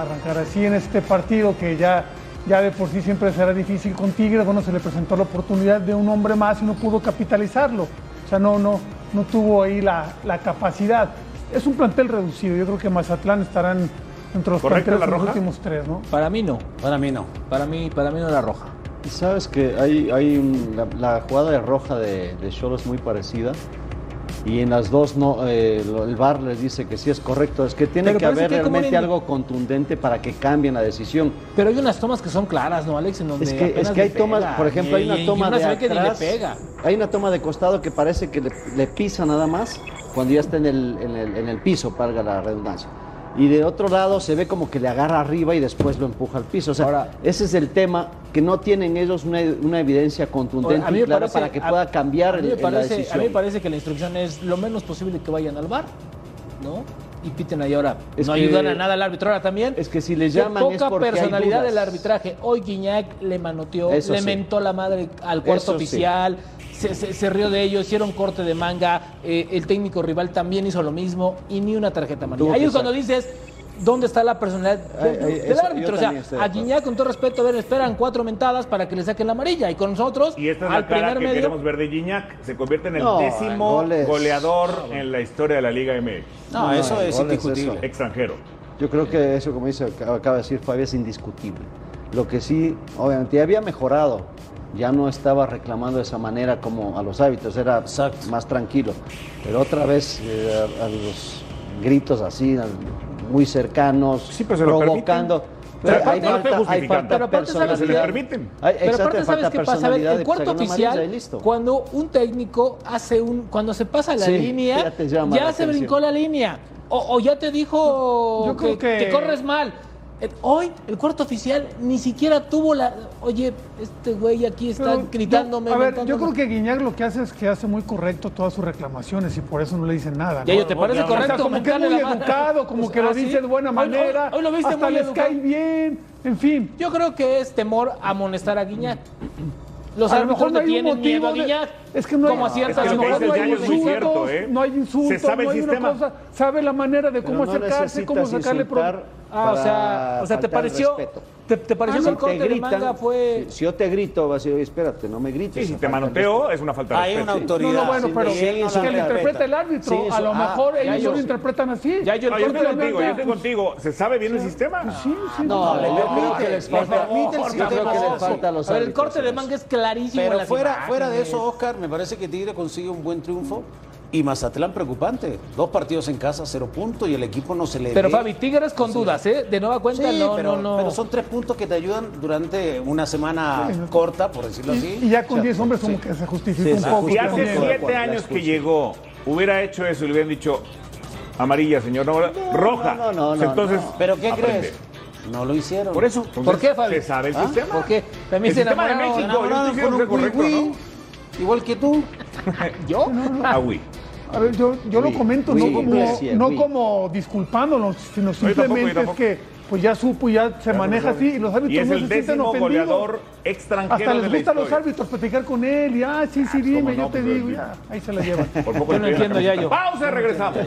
[SPEAKER 3] Arrancar así en este partido que ya, ya de por sí siempre será difícil con Tigres, bueno, se le presentó la oportunidad de un hombre más y no pudo capitalizarlo. O sea, no, no, no tuvo ahí la, la capacidad. Es un plantel reducido, yo creo que Mazatlán estarán entre los
[SPEAKER 1] ¿Correcto,
[SPEAKER 3] planteles
[SPEAKER 1] La
[SPEAKER 3] de los
[SPEAKER 1] Roja?
[SPEAKER 3] últimos tres, ¿no?
[SPEAKER 6] Para mí no.
[SPEAKER 4] Para mí no.
[SPEAKER 6] Para mí, para mí no era roja.
[SPEAKER 5] Y Sabes que hay, hay un- la, la jugada de roja de Cholos es muy parecida. Y en las dos no, eh, lo- el VAR les dice que sí es correcto. Es que tiene
[SPEAKER 6] Pero
[SPEAKER 5] que
[SPEAKER 6] parece
[SPEAKER 5] haber
[SPEAKER 6] que como
[SPEAKER 5] realmente
[SPEAKER 6] en-
[SPEAKER 5] algo contundente para que cambien la decisión.
[SPEAKER 6] Pero hay unas tomas que son claras, ¿no, Alex? En donde
[SPEAKER 5] Es que, es
[SPEAKER 6] apenas
[SPEAKER 5] que hay
[SPEAKER 6] le pega.
[SPEAKER 5] tomas, por ejemplo,
[SPEAKER 6] Y-
[SPEAKER 5] hay
[SPEAKER 6] y-
[SPEAKER 5] una
[SPEAKER 6] y
[SPEAKER 5] toma
[SPEAKER 6] una
[SPEAKER 5] de
[SPEAKER 6] se ve que ni le
[SPEAKER 5] atrás,
[SPEAKER 6] pega.
[SPEAKER 5] hay una toma de costado que parece que le, le pisa nada más cuando ya está en el, en el- en el piso, para la redundancia. Y de otro lado se ve como que le agarra arriba y después lo empuja al piso. O sea,
[SPEAKER 6] Ahora-
[SPEAKER 5] ese es el tema que no tienen ellos una, una evidencia
[SPEAKER 6] Ahora,
[SPEAKER 5] contundente
[SPEAKER 6] a mí
[SPEAKER 5] y
[SPEAKER 6] me
[SPEAKER 5] clara
[SPEAKER 6] parece-
[SPEAKER 5] para que
[SPEAKER 6] a-
[SPEAKER 5] pueda cambiar
[SPEAKER 6] a mí me
[SPEAKER 5] el- la
[SPEAKER 6] parece-
[SPEAKER 5] decisión.
[SPEAKER 6] A mí me parece que la instrucción es lo menos posible que vayan al bar, ¿no? Y piten ahí ahora.
[SPEAKER 5] Es
[SPEAKER 6] no
[SPEAKER 5] que-
[SPEAKER 6] ayudan a nada al árbitro ahora también.
[SPEAKER 5] Es que si le
[SPEAKER 6] Qué
[SPEAKER 5] llaman es
[SPEAKER 6] poca
[SPEAKER 5] porque hay
[SPEAKER 6] personalidad
[SPEAKER 5] dudas.
[SPEAKER 6] del arbitraje. Hoy Guiñac le manoteó,
[SPEAKER 5] Eso
[SPEAKER 6] le
[SPEAKER 5] sí.
[SPEAKER 6] mentó la madre al cuarto
[SPEAKER 5] Eso sí.
[SPEAKER 6] oficial, se, se- se rió de ellos, hicieron corte de manga, eh, el técnico rival también hizo lo mismo y ni una
[SPEAKER 5] Tuvo
[SPEAKER 6] tarjeta amarilla. Ahí
[SPEAKER 5] que
[SPEAKER 6] es cuando
[SPEAKER 5] ser.
[SPEAKER 6] dices, ¿dónde está la personalidad del,
[SPEAKER 5] Ay, ay,
[SPEAKER 6] del
[SPEAKER 5] eso- yo
[SPEAKER 6] árbitro?
[SPEAKER 5] también estoy
[SPEAKER 6] O sea,
[SPEAKER 5] de
[SPEAKER 6] a
[SPEAKER 5] acuerdo.
[SPEAKER 6] Guiñac, con todo respeto, a ver, esperan cuatro mentadas para que le saquen la amarilla y con nosotros
[SPEAKER 1] Y esta es
[SPEAKER 6] al
[SPEAKER 1] la cara que
[SPEAKER 6] primer medio...
[SPEAKER 1] queremos ver de Gignac. Se convierte en el
[SPEAKER 5] No,
[SPEAKER 1] décimo
[SPEAKER 5] goles.
[SPEAKER 1] goleador en la historia de la Liga MX.
[SPEAKER 4] No,
[SPEAKER 5] No,
[SPEAKER 4] eso
[SPEAKER 5] no,
[SPEAKER 4] es
[SPEAKER 5] goles,
[SPEAKER 4] indiscutible.
[SPEAKER 1] Extranjero.
[SPEAKER 5] Yo creo que eso, como dice, acaba acaba de decir Fabio, es indiscutible. Lo que sí, obviamente, ya había mejorado. Ya no estaba reclamando de esa manera como a los hábitos, era
[SPEAKER 4] Exacto.
[SPEAKER 5] más tranquilo. Pero otra vez eh, a, a los gritos así, al- muy cercanos,
[SPEAKER 1] Sí, pero se lo
[SPEAKER 5] provocando.
[SPEAKER 1] Pero aparte no estoy
[SPEAKER 5] hay
[SPEAKER 1] justificando.
[SPEAKER 5] falta
[SPEAKER 1] Pero
[SPEAKER 6] aparte, ¿sabes
[SPEAKER 5] personalidad.
[SPEAKER 6] qué? Se
[SPEAKER 1] le permiten.
[SPEAKER 5] Hay-
[SPEAKER 6] Pero
[SPEAKER 5] exacto,
[SPEAKER 6] aparte,
[SPEAKER 5] hay
[SPEAKER 6] ¿sabes
[SPEAKER 5] falta
[SPEAKER 6] qué pasa? A ver,
[SPEAKER 5] personalidad
[SPEAKER 6] el
[SPEAKER 5] de
[SPEAKER 6] cuarto
[SPEAKER 5] sacar una amarilla y pues,
[SPEAKER 6] oficial,
[SPEAKER 5] listo.
[SPEAKER 6] cuando un técnico hace un. Cuando se pasa la
[SPEAKER 5] Sí,
[SPEAKER 6] línea,
[SPEAKER 5] ya
[SPEAKER 6] ya,
[SPEAKER 5] te llama la
[SPEAKER 6] se
[SPEAKER 5] atención.
[SPEAKER 6] brincó la línea. O, o ya te dijo
[SPEAKER 3] Yo
[SPEAKER 6] que,
[SPEAKER 3] creo que-
[SPEAKER 6] que corres mal. El- Hoy, el cuarto oficial ni siquiera tuvo la. Oye, este güey aquí está
[SPEAKER 3] Pero yo-
[SPEAKER 6] gritándome.
[SPEAKER 3] a ver, yo
[SPEAKER 6] mentándome".
[SPEAKER 3] creo que Guiñac lo que hace es que hace muy correcto todas sus reclamaciones y por eso no le dicen nada. ¿no?
[SPEAKER 6] Ya, yo, ¿te parece
[SPEAKER 3] O sea,
[SPEAKER 6] correcto?
[SPEAKER 3] como que es
[SPEAKER 6] mentarle
[SPEAKER 3] muy
[SPEAKER 6] la madre?
[SPEAKER 3] educado, como
[SPEAKER 6] Pues,
[SPEAKER 3] que lo
[SPEAKER 6] ah, sí.
[SPEAKER 3] dice de buena
[SPEAKER 6] Hoy- hoy-
[SPEAKER 3] manera.
[SPEAKER 6] Hoy, lo viste
[SPEAKER 3] hasta
[SPEAKER 6] muy
[SPEAKER 3] les
[SPEAKER 6] educado.
[SPEAKER 3] cae bien. En fin.
[SPEAKER 6] Yo creo que es temor a amonestar a Guiñac. Los
[SPEAKER 3] a lo
[SPEAKER 6] árbitros
[SPEAKER 3] mejor no
[SPEAKER 6] le
[SPEAKER 3] hay un
[SPEAKER 6] tienen miedo
[SPEAKER 3] motivo.
[SPEAKER 6] a
[SPEAKER 3] de-
[SPEAKER 6] Guiñac.
[SPEAKER 3] es que no hay,
[SPEAKER 6] como a
[SPEAKER 1] es que
[SPEAKER 6] ciertas
[SPEAKER 1] lo que dice el
[SPEAKER 3] no hay
[SPEAKER 1] Yayo es muy
[SPEAKER 3] insultos,
[SPEAKER 1] cierto, ¿eh?
[SPEAKER 3] no hay
[SPEAKER 1] Se
[SPEAKER 3] insultos,
[SPEAKER 1] sabe
[SPEAKER 3] no
[SPEAKER 1] el
[SPEAKER 3] hay
[SPEAKER 1] sistema.
[SPEAKER 3] una cosa. Sabe la manera de cómo
[SPEAKER 5] Pero no
[SPEAKER 3] acercarse, cómo
[SPEAKER 5] necesitas
[SPEAKER 3] sacarle pro-
[SPEAKER 5] insultar
[SPEAKER 6] Ah, o sea,
[SPEAKER 5] para
[SPEAKER 6] o sea, ¿te
[SPEAKER 5] faltar el
[SPEAKER 6] pareció,
[SPEAKER 5] respeto.
[SPEAKER 6] te, te pareció
[SPEAKER 5] Si
[SPEAKER 6] que el
[SPEAKER 5] te
[SPEAKER 6] corte de
[SPEAKER 5] gritan,
[SPEAKER 6] manga fue...
[SPEAKER 5] si, si yo te grito, vas a decir, "Oye, espérate, no me grites.
[SPEAKER 1] Y si te
[SPEAKER 5] aparte,
[SPEAKER 1] manoteo, es una falta de
[SPEAKER 4] Hay una
[SPEAKER 1] respeto.
[SPEAKER 4] autoridad.
[SPEAKER 3] No, no, bueno,
[SPEAKER 5] Sí,
[SPEAKER 3] pero
[SPEAKER 5] sí,
[SPEAKER 3] es
[SPEAKER 4] no
[SPEAKER 3] que
[SPEAKER 4] la
[SPEAKER 3] lo interpreta
[SPEAKER 4] respeta.
[SPEAKER 3] el árbitro.
[SPEAKER 5] Sí, eso-
[SPEAKER 3] a lo
[SPEAKER 5] ah,
[SPEAKER 3] mejor
[SPEAKER 5] ya
[SPEAKER 3] ellos
[SPEAKER 5] yo-
[SPEAKER 3] lo interpretan así.
[SPEAKER 6] Ya yo el
[SPEAKER 1] No, yo estoy
[SPEAKER 6] corte de
[SPEAKER 1] contigo, yo
[SPEAKER 6] manga-
[SPEAKER 1] estoy contigo. ¿Se sabe bien el sistema?
[SPEAKER 3] Sí, sí,
[SPEAKER 5] No,
[SPEAKER 3] no.
[SPEAKER 5] yo creo que les falta,
[SPEAKER 6] permite el
[SPEAKER 5] yo
[SPEAKER 6] sistema.
[SPEAKER 5] creo que les falta a los
[SPEAKER 6] A ver, el
[SPEAKER 5] árbitros
[SPEAKER 6] corte de
[SPEAKER 5] en eso.
[SPEAKER 6] manga es clarísimo. en
[SPEAKER 4] Pero
[SPEAKER 6] las
[SPEAKER 4] fuera,
[SPEAKER 6] imágenes.
[SPEAKER 4] fuera de eso, Oscar, me parece que Tigre consigue un buen triunfo. Y Mazatlán preocupante. Dos partidos en casa, cero puntos, y el equipo no se le
[SPEAKER 6] Pero
[SPEAKER 4] ve.
[SPEAKER 6] Fabi, Tigres con dudas, ¿eh? De nueva
[SPEAKER 4] Sí,
[SPEAKER 6] cuenta, no,
[SPEAKER 4] pero,
[SPEAKER 6] no, no.
[SPEAKER 4] pero son tres puntos que te ayudan durante una semana corta, por decirlo así.
[SPEAKER 3] Y ya con 10 hombres como que se justifica un
[SPEAKER 4] se
[SPEAKER 3] poco.
[SPEAKER 1] Si
[SPEAKER 4] justifica.
[SPEAKER 3] también.
[SPEAKER 1] hace
[SPEAKER 4] Conmigo.
[SPEAKER 1] siete
[SPEAKER 5] La
[SPEAKER 1] años que
[SPEAKER 5] expulsión.
[SPEAKER 1] llegó, hubiera hecho eso y le hubieran dicho amarilla, señor, no, roja.
[SPEAKER 5] no, no, no,
[SPEAKER 1] Entonces,
[SPEAKER 5] no.
[SPEAKER 4] ¿Pero qué
[SPEAKER 1] aprende.
[SPEAKER 4] crees? No lo hicieron.
[SPEAKER 1] Por eso.
[SPEAKER 6] ¿Por qué, Fabi?
[SPEAKER 1] Se sabe el
[SPEAKER 6] ¿Ah?
[SPEAKER 1] sistema.
[SPEAKER 6] ¿Por qué? También
[SPEAKER 1] el
[SPEAKER 6] se
[SPEAKER 1] sistema de
[SPEAKER 6] enamoraron,
[SPEAKER 1] México. Yo
[SPEAKER 4] Enamoraron
[SPEAKER 1] estoy diciendo que es
[SPEAKER 4] con un
[SPEAKER 1] correcto,
[SPEAKER 4] win-win. Igual que tú.
[SPEAKER 6] ¿Yo?
[SPEAKER 1] ¿no? Ah, oui.
[SPEAKER 3] A ver, yo, yo
[SPEAKER 5] Oui,
[SPEAKER 3] lo comento
[SPEAKER 5] oui,
[SPEAKER 3] no, como,
[SPEAKER 5] Iglesia,
[SPEAKER 3] no
[SPEAKER 5] oui.
[SPEAKER 3] como disculpándolo, sino simplemente
[SPEAKER 1] tampoco.
[SPEAKER 3] es que pues ya supo, ya se maneja así y los árbitros
[SPEAKER 1] Y es
[SPEAKER 3] no
[SPEAKER 1] el
[SPEAKER 3] se sienten
[SPEAKER 1] décimo
[SPEAKER 3] ofendidos.
[SPEAKER 1] goleador extranjero
[SPEAKER 3] Hasta
[SPEAKER 1] de
[SPEAKER 3] les
[SPEAKER 1] la
[SPEAKER 3] gusta a los
[SPEAKER 1] historia.
[SPEAKER 3] árbitros platicar con él y ah, sí, sí, dime,
[SPEAKER 1] no,
[SPEAKER 3] yo te
[SPEAKER 1] pues,
[SPEAKER 3] digo,
[SPEAKER 1] sí.
[SPEAKER 3] ya, ahí se la llevan.
[SPEAKER 1] Por poco le
[SPEAKER 6] Yo no
[SPEAKER 1] piden la
[SPEAKER 6] entiendo,
[SPEAKER 1] camiseta.
[SPEAKER 6] Yayo.
[SPEAKER 1] Pausa, regresamos.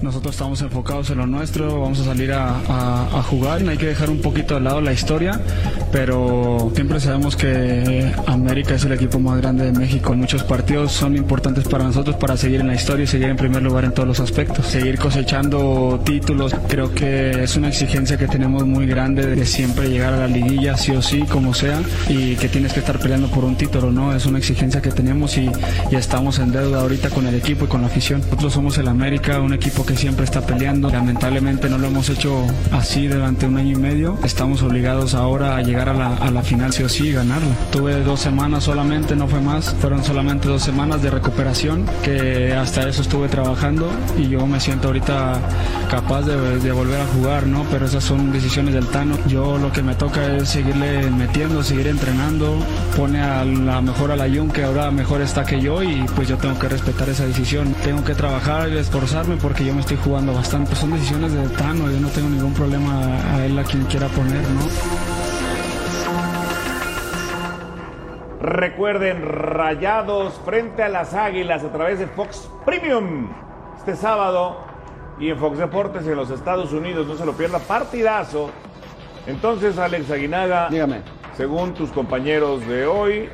[SPEAKER 10] Nosotros estamos enfocados en lo nuestro, vamos a salir a, a- a jugar, hay que dejar un poquito de lado la historia, pero siempre sabemos que América es el equipo más grande de México. Muchos partidos son importantes para nosotros para seguir en la historia y seguir en primer lugar en todos los aspectos. Seguir cosechando títulos, creo que es una exigencia que tenemos muy grande de siempre llegar a la liguilla, sí o sí, como sea, y que tienes que estar peleando por un título, ¿no? Es una exigencia que tenemos y, y estamos en deuda ahorita con el equipo y con la afición. Nosotros somos el América, un equipo que siempre está peleando. Lamentablemente no lo hemos hecho así durante un año y medio. Estamos obligados ahora a llegar a la, a la final sí o sí y ganarla. Tuve dos semanas solamente, no fue más. Fueron solamente dos semanas de recuperación que hasta eso estuve trabajando y yo me siento ahorita capaz de, de volver a jugar, ¿no? Pero esas son decisiones del Tano. Yo lo que me toca es seguirle metiendo, seguir entrenando. Pone a la mejor a la Jun que ahora mejor está que yo y pues yo tengo que respetar esa decisión. Tengo que trabajar y esforzarme porque yo me estoy jugando bastante. Son decisiones del Tano, yo no tengo ningún problema a él a quien quiera poner, ¿no?
[SPEAKER 1] Recuerden, rayados frente a las águilas a través de Fox Premium este sábado y en Fox Deportes en los Estados Unidos. No se lo pierda, partidazo. Entonces, Alex Aguinaga,
[SPEAKER 5] Dígame.
[SPEAKER 1] según tus compañeros de hoy,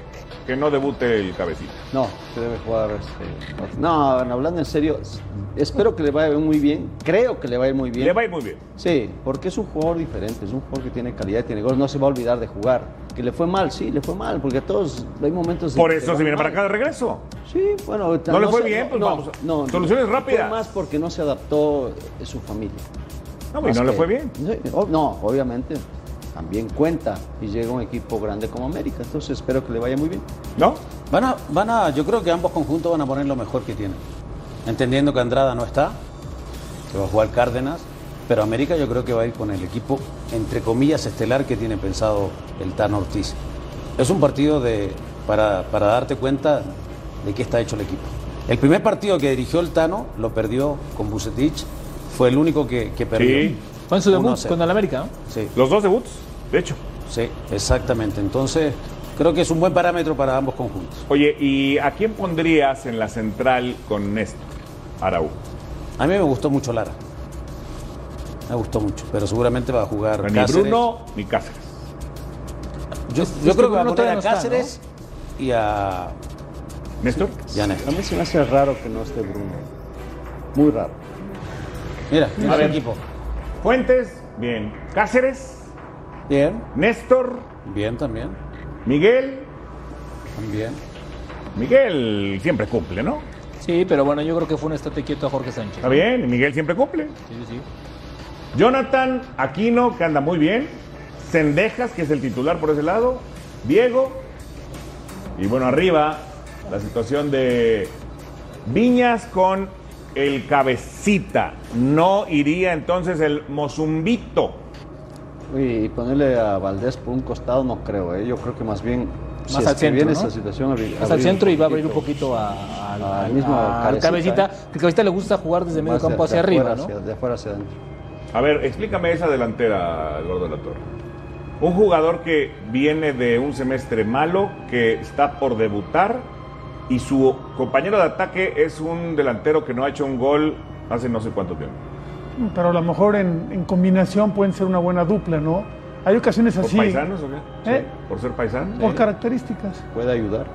[SPEAKER 1] que no debute el cabecita.
[SPEAKER 5] No, se debe jugar. este, otro. no, bueno, hablando en serio, s- espero que le vaya muy bien. Creo que le va a ir muy bien.
[SPEAKER 1] Le va a ir muy bien.
[SPEAKER 5] Sí, porque es un jugador diferente, es un jugador que tiene calidad, tiene gol, no se va a olvidar de jugar. Que le fue mal, sí, le fue mal, porque a todos hay momentos.
[SPEAKER 1] Por eso se viene para acá de regreso.
[SPEAKER 5] Sí, bueno, ahorita
[SPEAKER 1] ¿No le fue
[SPEAKER 5] se-
[SPEAKER 1] bien? Pues vamos a-
[SPEAKER 5] no,
[SPEAKER 1] soluciones
[SPEAKER 5] fue
[SPEAKER 1] rápidas.
[SPEAKER 5] más porque no se adaptó eh, su familia.
[SPEAKER 1] No, y
[SPEAKER 5] Más
[SPEAKER 1] no le
[SPEAKER 5] que-
[SPEAKER 1] fue bien.
[SPEAKER 5] Sí, o- No, obviamente también cuenta y llega un equipo grande como América, entonces espero que le vaya muy bien.
[SPEAKER 1] ¿No?
[SPEAKER 4] Van a, van a, yo creo que ambos conjuntos van a poner lo mejor que tienen. Entendiendo que Andrada no está, que va a jugar Cárdenas, pero América yo creo que va a ir con el equipo, entre comillas, estelar que tiene pensado el Tano Ortiz. Es un partido de, para, para darte cuenta de qué está hecho el equipo. El primer partido que dirigió el Tano lo perdió con Bucetich, fue el único que, que perdió.
[SPEAKER 1] Sí.
[SPEAKER 6] Fue en su debut
[SPEAKER 4] 1-0.
[SPEAKER 6] con el América, ¿no?
[SPEAKER 4] Sí.
[SPEAKER 1] Los dos debuts, de hecho.
[SPEAKER 4] Sí, exactamente. Entonces, creo que es un buen parámetro para ambos conjuntos.
[SPEAKER 1] Oye, ¿y a quién pondrías en la central con Néstor Araú?
[SPEAKER 4] A mí me gustó mucho Lara. Me gustó mucho, pero seguramente va a jugar
[SPEAKER 1] Ni
[SPEAKER 4] Cáceres.
[SPEAKER 1] Bruno ni Cáceres.
[SPEAKER 4] yo
[SPEAKER 6] es
[SPEAKER 4] yo
[SPEAKER 6] que
[SPEAKER 4] creo que va a poner
[SPEAKER 6] Bruno todavía
[SPEAKER 4] a
[SPEAKER 6] no está,
[SPEAKER 4] Cáceres y a
[SPEAKER 1] ¿Néstor?
[SPEAKER 4] y a Néstor.
[SPEAKER 5] A mí se me hace raro que no esté Bruno. Muy raro.
[SPEAKER 4] Mira, mira
[SPEAKER 1] A
[SPEAKER 4] su
[SPEAKER 1] ver.
[SPEAKER 4] equipo.
[SPEAKER 1] Fuentes, bien. Cáceres,
[SPEAKER 4] Bien,
[SPEAKER 1] Néstor,
[SPEAKER 4] bien también.
[SPEAKER 1] Miguel.
[SPEAKER 4] También.
[SPEAKER 1] Miguel siempre cumple, ¿no?
[SPEAKER 6] Sí, pero bueno, yo creo que fue un estate quieto a Jorge Sánchez.
[SPEAKER 1] Está bien, Miguel siempre cumple.
[SPEAKER 6] Sí, sí, sí.
[SPEAKER 1] Jonathan Aquino, que anda muy bien. Cendejas, que es el titular por ese lado. Diego. Y bueno, arriba, la situación de Viñas con el cabecita. No iría entonces el Mozumbito.
[SPEAKER 5] Y ponerle a Valdés por un costado no creo, ¿eh? yo creo que más bien si
[SPEAKER 6] al
[SPEAKER 5] es que
[SPEAKER 6] centro,
[SPEAKER 5] viene
[SPEAKER 6] ¿no?
[SPEAKER 5] esa situación abri-
[SPEAKER 6] Hasta
[SPEAKER 5] abrir
[SPEAKER 6] el
[SPEAKER 5] un
[SPEAKER 6] centro y va a abrir un
[SPEAKER 5] poquito
[SPEAKER 6] poquito a- al-
[SPEAKER 5] Al
[SPEAKER 6] al-
[SPEAKER 5] mismo
[SPEAKER 6] al
[SPEAKER 5] Cabecita,
[SPEAKER 6] cabecita. Que cabecita le gusta jugar desde medio
[SPEAKER 5] más de-
[SPEAKER 6] campo hacia
[SPEAKER 5] de
[SPEAKER 6] arriba,
[SPEAKER 5] afuera
[SPEAKER 6] ¿no?
[SPEAKER 5] hacia- de afuera hacia adentro.
[SPEAKER 1] A ver, explícame esa delantera, Gordo de la Torre. Un jugador que viene de un semestre malo, que está por debutar y su compañero de ataque es un delantero que no ha hecho un gol hace no sé cuánto tiempo.
[SPEAKER 3] Pero a lo mejor en, en combinación pueden ser una buena dupla, ¿no? Hay ocasiones
[SPEAKER 1] ¿Por
[SPEAKER 3] así.
[SPEAKER 1] paisanos o qué?
[SPEAKER 3] ¿Eh?
[SPEAKER 1] ¿Por ser paisano?
[SPEAKER 3] Por características.
[SPEAKER 5] Puede ayudar.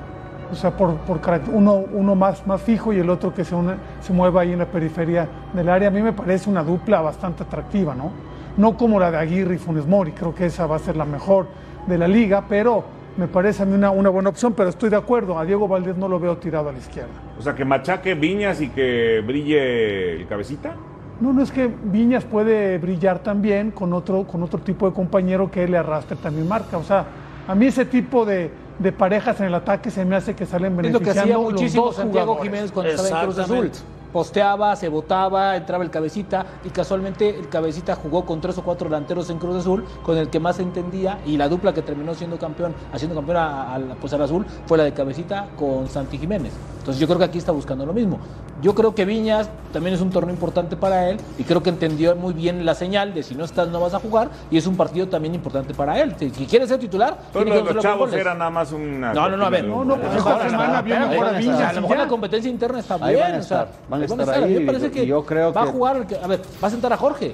[SPEAKER 3] O sea, por, por caract- uno, uno más, más fijo y el otro que se, une- se mueva ahí en la periferia del área. A mí me parece una dupla bastante atractiva, ¿no? No como la de Aguirre y Funes Mori, creo que esa va a ser la mejor de la liga, pero me parece a mí una, una buena opción, pero estoy de acuerdo, a Diego Valdés no lo veo tirado a la izquierda.
[SPEAKER 1] O sea, que machaque Viñas y que brille el cabecita.
[SPEAKER 3] No, no es que Viñas puede brillar también con otro, con otro tipo de compañero que le arrastre también marca. O sea, a mí ese tipo de, de parejas en el ataque se me hace que salen
[SPEAKER 6] Es lo que
[SPEAKER 3] beneficiando
[SPEAKER 6] hacía
[SPEAKER 3] los
[SPEAKER 6] muchísimo
[SPEAKER 3] dos
[SPEAKER 6] Santiago
[SPEAKER 3] jugadores.
[SPEAKER 6] Jiménez cuando estaba en Cruz Azul.
[SPEAKER 4] Exactamente.
[SPEAKER 6] posteaba, se botaba, entraba el cabecita y casualmente el cabecita jugó con tres o cuatro delanteros en Cruz Azul, con el que más se entendía y la dupla que terminó siendo campeón, haciendo campeón a, a, pues, al Azul fue la de cabecita con Santi Jiménez. Entonces yo creo que aquí está buscando lo mismo. Yo creo que Viñas también es un torneo importante para él y creo que entendió muy bien la señal de si no estás no vas a jugar y es un partido también importante para él. Si, si quiere ser titular,
[SPEAKER 1] Todos
[SPEAKER 6] tiene que
[SPEAKER 1] los,
[SPEAKER 6] meterlo con
[SPEAKER 1] chavos
[SPEAKER 6] goles.
[SPEAKER 1] eran nada más
[SPEAKER 4] Ah,
[SPEAKER 1] una.
[SPEAKER 6] No, no, no, a ver.
[SPEAKER 1] cortina de
[SPEAKER 6] No,
[SPEAKER 1] humo.
[SPEAKER 6] no, pues esta
[SPEAKER 1] Ahora
[SPEAKER 6] semana
[SPEAKER 1] está,
[SPEAKER 6] viene
[SPEAKER 1] ahora
[SPEAKER 6] por
[SPEAKER 1] está.
[SPEAKER 6] Viñas, A lo mejor la competencia interna está
[SPEAKER 5] Ahí
[SPEAKER 6] bien.
[SPEAKER 5] van a
[SPEAKER 6] o sea,
[SPEAKER 5] estar, van a
[SPEAKER 6] ahí
[SPEAKER 5] estar
[SPEAKER 6] A mí
[SPEAKER 5] ahí,
[SPEAKER 6] me parece
[SPEAKER 5] y
[SPEAKER 6] que
[SPEAKER 5] yo creo
[SPEAKER 6] va a
[SPEAKER 5] que-
[SPEAKER 6] jugar, el que- a ver, va a sentar a Jorge.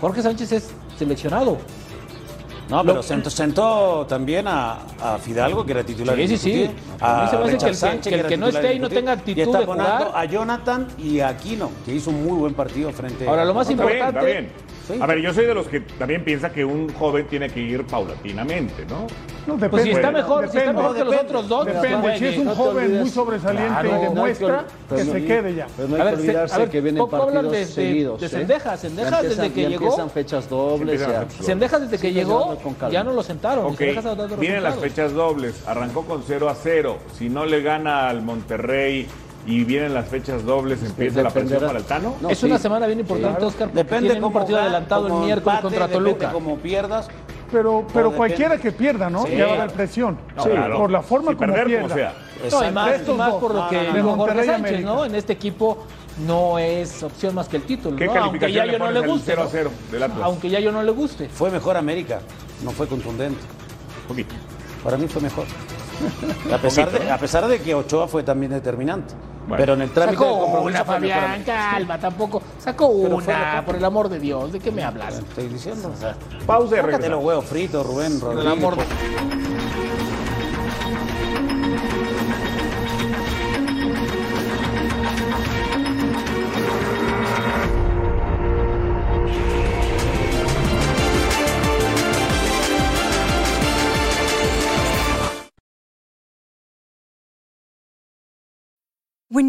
[SPEAKER 6] Jorge Sánchez es seleccionado.
[SPEAKER 4] No, pero sentó, sentó también a, a Fidalgo, que era titular.
[SPEAKER 6] Sí, sí, sí.
[SPEAKER 4] indiscutible,
[SPEAKER 6] A mí
[SPEAKER 4] A
[SPEAKER 6] se me hace que
[SPEAKER 4] Richard
[SPEAKER 6] el que-
[SPEAKER 4] Sánchez,
[SPEAKER 6] que el
[SPEAKER 4] era
[SPEAKER 6] que no
[SPEAKER 4] titular
[SPEAKER 6] esté y no
[SPEAKER 4] indiscutible,
[SPEAKER 6] tenga actitud
[SPEAKER 4] Y está
[SPEAKER 6] de
[SPEAKER 4] poniendo
[SPEAKER 6] jugar.
[SPEAKER 4] a Jonathan y a Aquino, que hizo un muy buen partido frente
[SPEAKER 6] Ahora, lo más
[SPEAKER 4] Está
[SPEAKER 1] Está
[SPEAKER 4] bien,
[SPEAKER 1] bien, está bien.
[SPEAKER 4] Sí.
[SPEAKER 1] A ver, yo soy de los que también piensa que un joven tiene que ir paulatinamente, ¿no?
[SPEAKER 3] No, depende. Pues si está mejor- si está
[SPEAKER 1] Depende.
[SPEAKER 3] mejor que los otros dos,
[SPEAKER 1] Depende.
[SPEAKER 3] Depende, si es un
[SPEAKER 5] No te
[SPEAKER 3] joven
[SPEAKER 5] olvides.
[SPEAKER 3] muy sobresaliente
[SPEAKER 5] Claro,
[SPEAKER 3] y
[SPEAKER 6] Pues
[SPEAKER 5] no hay
[SPEAKER 3] demuestra
[SPEAKER 5] ol-
[SPEAKER 3] que,
[SPEAKER 5] pero pues no-
[SPEAKER 3] se quede ya.
[SPEAKER 5] Pero no hay que olvidarse que vienen
[SPEAKER 6] poco hablan
[SPEAKER 5] partidos
[SPEAKER 6] de- de-
[SPEAKER 5] seguidos.
[SPEAKER 6] de
[SPEAKER 5] ¿eh?
[SPEAKER 6] Cendejas,
[SPEAKER 5] Ya
[SPEAKER 6] Cendejas desde
[SPEAKER 5] empiezan-
[SPEAKER 6] que
[SPEAKER 5] ya
[SPEAKER 6] llegó-
[SPEAKER 5] empiezan fechas dobles.
[SPEAKER 1] Empiezan
[SPEAKER 5] ya.
[SPEAKER 1] las fechas
[SPEAKER 6] Sendejas desde que
[SPEAKER 5] Sigue
[SPEAKER 6] llegó,
[SPEAKER 5] llevando con calma.
[SPEAKER 6] ya no lo sentaron. y
[SPEAKER 1] Ok,
[SPEAKER 6] Sendejas ha dado
[SPEAKER 1] vienen las
[SPEAKER 6] resultados.
[SPEAKER 1] fechas dobles. Arrancó con 0 a 0. Si no le gana al Monterrey y vienen las fechas dobles, empieza la presión
[SPEAKER 6] dependerá-
[SPEAKER 1] para el Tano.
[SPEAKER 6] es una semana bien importante, Oscar. porque
[SPEAKER 4] Depende
[SPEAKER 6] tienen
[SPEAKER 4] cómo
[SPEAKER 6] un partido
[SPEAKER 4] gane,
[SPEAKER 6] adelantado el
[SPEAKER 4] cómo
[SPEAKER 6] miércoles
[SPEAKER 4] empate,
[SPEAKER 6] contra
[SPEAKER 4] depende
[SPEAKER 6] Toluca.
[SPEAKER 4] cómo pierdas.
[SPEAKER 3] Pero, pero
[SPEAKER 4] depende.
[SPEAKER 3] cualquiera que pierda, ¿no?
[SPEAKER 4] Sí.
[SPEAKER 3] Ya va a dar presión.
[SPEAKER 4] No, claro.
[SPEAKER 3] Por la forma
[SPEAKER 4] Sin
[SPEAKER 3] como
[SPEAKER 4] perder,
[SPEAKER 3] pierda.
[SPEAKER 4] como sea.
[SPEAKER 6] No, y
[SPEAKER 4] Exacto.
[SPEAKER 6] más,
[SPEAKER 4] Estos
[SPEAKER 6] y más
[SPEAKER 4] dos.
[SPEAKER 6] por lo
[SPEAKER 4] No,
[SPEAKER 6] que
[SPEAKER 4] no, no.
[SPEAKER 6] dijo Jorge
[SPEAKER 4] Monterrey,
[SPEAKER 6] Sánchez,
[SPEAKER 4] América.
[SPEAKER 6] ¿no? En este equipo no es opción más que el título,
[SPEAKER 4] ¿Qué
[SPEAKER 6] ¿no? Aunque
[SPEAKER 4] calificación
[SPEAKER 6] ya
[SPEAKER 4] le
[SPEAKER 6] yo no
[SPEAKER 4] pones
[SPEAKER 6] le
[SPEAKER 4] al
[SPEAKER 6] guste.
[SPEAKER 4] 0 a
[SPEAKER 6] ¿no?
[SPEAKER 4] 0 del Atlas?
[SPEAKER 6] Aunque ya yo no le guste.
[SPEAKER 4] Fue mejor América, no fue contundente.
[SPEAKER 1] Poquito.
[SPEAKER 4] Para mí fue mejor. A pesar, de, a pesar de que Ochoa fue también determinante. Pero en el trámite de
[SPEAKER 6] Sacó
[SPEAKER 4] compromiso
[SPEAKER 6] una,
[SPEAKER 4] fue mejor
[SPEAKER 6] Fabián,
[SPEAKER 4] América.
[SPEAKER 6] calma, tampoco. Sacó
[SPEAKER 4] Pero fue
[SPEAKER 6] una,
[SPEAKER 4] mejor.
[SPEAKER 6] por el amor de Dios, ¿de qué me hablas?
[SPEAKER 4] Estoy diciendo, o sea,
[SPEAKER 1] pausa
[SPEAKER 6] y
[SPEAKER 4] de
[SPEAKER 6] regresamos.
[SPEAKER 4] los huevos fritos, Rubén,
[SPEAKER 6] Por el
[SPEAKER 4] Rodríguez, pues.
[SPEAKER 6] amor
[SPEAKER 4] por-
[SPEAKER 11] When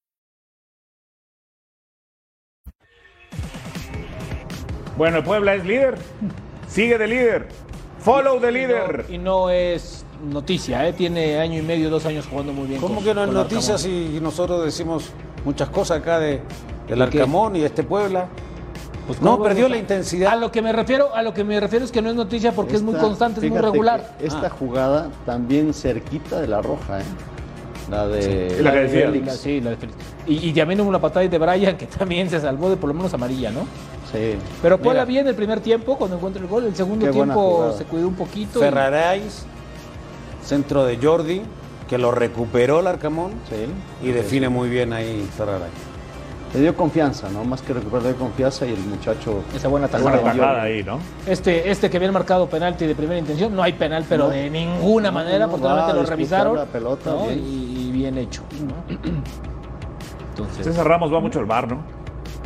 [SPEAKER 1] Bueno, el Puebla es líder. Sigue de líder. Follow de
[SPEAKER 6] Y no-
[SPEAKER 1] líder.
[SPEAKER 6] Y no es noticia, ¿eh? tiene año y medio, dos años jugando muy bien.
[SPEAKER 4] ¿Cómo
[SPEAKER 6] con-
[SPEAKER 4] que no es
[SPEAKER 6] con
[SPEAKER 4] noticia
[SPEAKER 6] Arcamón?
[SPEAKER 4] si nosotros decimos muchas cosas acá de, del Arcamón y de este Puebla?
[SPEAKER 6] Pues,
[SPEAKER 4] no,
[SPEAKER 6] ¿cómo
[SPEAKER 4] perdió
[SPEAKER 6] no?
[SPEAKER 4] la intensidad.
[SPEAKER 6] A lo que me refiero, a lo que me refiero es que no es noticia porque es muy
[SPEAKER 5] Esta-
[SPEAKER 6] constante, es muy
[SPEAKER 5] fíjate
[SPEAKER 6] regular. Ah.
[SPEAKER 5] que Esta jugada también cerquita de la roja, ¿eh? La de.
[SPEAKER 6] Sí, la que
[SPEAKER 5] de
[SPEAKER 6] decía.
[SPEAKER 5] Félix.
[SPEAKER 6] Sí, la de Félix. Y, y también hubo una patada de Brian que también se salvó de por lo menos amarilla, ¿no?
[SPEAKER 5] Sí.
[SPEAKER 6] Pero
[SPEAKER 5] Mira,
[SPEAKER 6] Puebla bien el primer tiempo cuando encuentra el gol, el segundo
[SPEAKER 4] Qué buena
[SPEAKER 6] tiempo
[SPEAKER 4] jugada.
[SPEAKER 6] se cuidó un poquito. y-
[SPEAKER 4] Ferraráis, centro de Jordi, que lo recuperó el Arcamón y define muy bien ahí Ferraráis.
[SPEAKER 5] Le dio confianza, ¿no? Más que recuperar de confianza y el muchacho.
[SPEAKER 6] Esa buena
[SPEAKER 1] tajada. Buena tajada ahí, ¿no?
[SPEAKER 6] Este, este que habían marcado penalti de primera intención, no hay penal, pero
[SPEAKER 5] No.
[SPEAKER 6] de ninguna
[SPEAKER 5] No,
[SPEAKER 6] manera,
[SPEAKER 5] no,
[SPEAKER 6] afortunadamente
[SPEAKER 5] va a
[SPEAKER 6] lo
[SPEAKER 5] disputar
[SPEAKER 6] revisaron.
[SPEAKER 5] la pelota,
[SPEAKER 6] ¿no?
[SPEAKER 5] bien.
[SPEAKER 6] Y, y bien hecho. ¿no? Entonces,
[SPEAKER 1] César Ramos va mucho al bar, ¿no?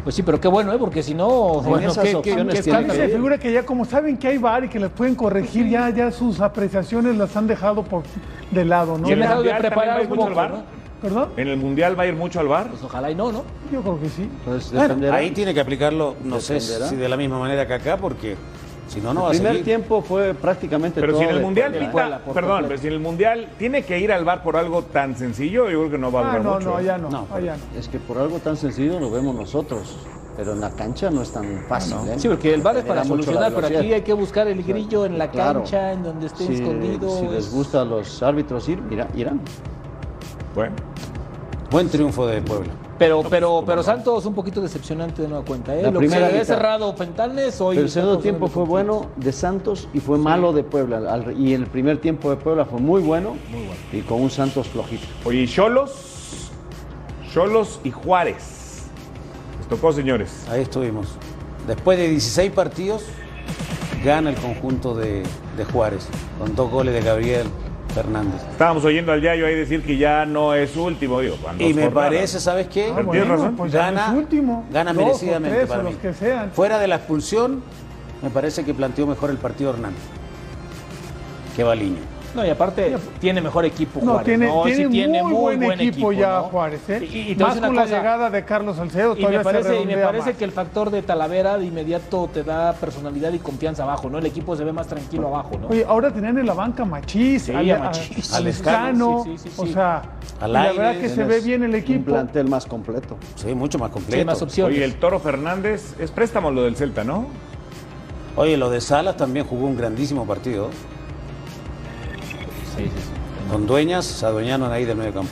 [SPEAKER 6] Pues sí, pero qué bueno, ¿eh? porque si no,
[SPEAKER 3] En
[SPEAKER 6] bueno,
[SPEAKER 3] esas
[SPEAKER 6] qué- qué-
[SPEAKER 3] opciones
[SPEAKER 6] qué
[SPEAKER 3] tiene
[SPEAKER 6] escándalo.
[SPEAKER 3] que ir. Se figura que ya como saben que hay VAR y que les pueden corregir, ya, ya sus apreciaciones las han dejado por de lado, ¿no?
[SPEAKER 1] Y en el
[SPEAKER 3] Ya-
[SPEAKER 1] Mundial también va a ir mucho al bar.
[SPEAKER 3] ¿Perdón?
[SPEAKER 1] ¿En el Mundial va a ir mucho al bar? Pues
[SPEAKER 6] ojalá y no, ¿no?
[SPEAKER 3] Yo creo que sí.
[SPEAKER 6] Pues
[SPEAKER 4] Bueno, ahí tiene que aplicarlo, no sé
[SPEAKER 5] Dependerá.
[SPEAKER 4] si de la misma manera que acá, porque si no, no va a
[SPEAKER 5] el primer
[SPEAKER 4] seguir.
[SPEAKER 5] tiempo fue prácticamente
[SPEAKER 1] Pero
[SPEAKER 5] todo
[SPEAKER 1] si en el
[SPEAKER 5] de
[SPEAKER 1] Mundial
[SPEAKER 5] Puebla,
[SPEAKER 1] pinta,
[SPEAKER 5] ¿eh?
[SPEAKER 1] perdón, pero si en el Mundial tiene que ir al bar por algo tan sencillo, yo creo que no
[SPEAKER 5] Ah,
[SPEAKER 1] va a
[SPEAKER 3] Ah,
[SPEAKER 1] durar mucho. ¿eh?
[SPEAKER 5] Es que por algo tan sencillo lo vemos nosotros, pero en la cancha no es
[SPEAKER 3] Ah,
[SPEAKER 5] tan fácil. ¿eh?
[SPEAKER 6] Sí, porque el bar es
[SPEAKER 5] Genera
[SPEAKER 6] para
[SPEAKER 5] mucho la
[SPEAKER 6] solucionar, pero aquí
[SPEAKER 5] velocidad.
[SPEAKER 6] hay que buscar el grillo en la
[SPEAKER 5] Claro.
[SPEAKER 6] cancha, en donde esté
[SPEAKER 5] Si-
[SPEAKER 6] escondido. este,
[SPEAKER 5] Si
[SPEAKER 6] es-
[SPEAKER 5] les gusta a los árbitros ir, mira, irán.
[SPEAKER 1] Bueno. pues,
[SPEAKER 4] Buen triunfo de Puebla.
[SPEAKER 6] Pero, pero, pero Santos un poquito decepcionante de nueva cuenta, ¿eh?
[SPEAKER 5] La
[SPEAKER 6] Lo que se
[SPEAKER 5] primera
[SPEAKER 6] le había
[SPEAKER 5] mitad.
[SPEAKER 6] cerrado Pentales hoy.
[SPEAKER 5] Pero el segundo
[SPEAKER 6] Santos
[SPEAKER 5] tiempo
[SPEAKER 6] dándole
[SPEAKER 5] fue bueno de Santos y fue malo de Puebla. Al- Y el primer tiempo de Puebla fue muy bueno, y con un Santos flojito.
[SPEAKER 1] Oye, y Cholos, Cholos y Juárez. Les tocó, señores.
[SPEAKER 4] Ahí estuvimos. Después de 16 partidos, gana el conjunto de, de Juárez, con dos goles de Gabriel Fernández.
[SPEAKER 1] Estábamos oyendo al Yayo ahí decir que ya no es su último, digo. van dos
[SPEAKER 4] Y me
[SPEAKER 1] jornadas.
[SPEAKER 4] parece, ¿sabes qué?
[SPEAKER 1] Pero tienes razón.
[SPEAKER 4] gana, gana
[SPEAKER 3] Dos o
[SPEAKER 4] merecidamente
[SPEAKER 3] tres,
[SPEAKER 4] para
[SPEAKER 3] o
[SPEAKER 4] mí.
[SPEAKER 3] los que sean.
[SPEAKER 4] Fuera de la expulsión, me parece que planteó mejor el partido Hernández. Que Baliño.
[SPEAKER 6] No, y aparte tiene mejor equipo
[SPEAKER 3] No,
[SPEAKER 6] Juárez,
[SPEAKER 3] tiene,
[SPEAKER 6] ¿no? Sí
[SPEAKER 3] tiene, muy, buen, equipo, ya
[SPEAKER 6] ¿no?
[SPEAKER 3] Juárez. ¿eh?
[SPEAKER 6] Y- y te voy a
[SPEAKER 3] Más
[SPEAKER 6] decir una
[SPEAKER 3] con la
[SPEAKER 6] cosa.
[SPEAKER 3] llegada de Carlos Salcedo
[SPEAKER 6] Y
[SPEAKER 3] todavía
[SPEAKER 6] me
[SPEAKER 3] se
[SPEAKER 6] parece, y me
[SPEAKER 3] redondea
[SPEAKER 6] parece
[SPEAKER 3] más.
[SPEAKER 6] que el factor de Talavera de inmediato te da personalidad y confianza abajo, ¿no? El equipo se ve más tranquilo abajo, ¿no?
[SPEAKER 3] Oye, ahora tenían en la banca a Machís,
[SPEAKER 6] Sí,
[SPEAKER 3] a,
[SPEAKER 6] a
[SPEAKER 3] a-
[SPEAKER 6] Machís.
[SPEAKER 3] a
[SPEAKER 6] Al
[SPEAKER 3] Lescano,
[SPEAKER 6] Lescano, sí, sí, sí,
[SPEAKER 3] o
[SPEAKER 6] sí.
[SPEAKER 3] sea,
[SPEAKER 6] Al
[SPEAKER 3] y la
[SPEAKER 6] aire,
[SPEAKER 3] verdad que se ve
[SPEAKER 5] tienes
[SPEAKER 3] bien el equipo.
[SPEAKER 5] Un plantel más completo.
[SPEAKER 4] Sí, mucho más completo.
[SPEAKER 1] Oye, el Toro Fernández es préstamo lo del Celta, ¿no?
[SPEAKER 4] Oye, lo de Salas también jugó un grandísimo partido.
[SPEAKER 6] Sí, sí,
[SPEAKER 4] Con dueñas, se adueñaron ahí del medio campo.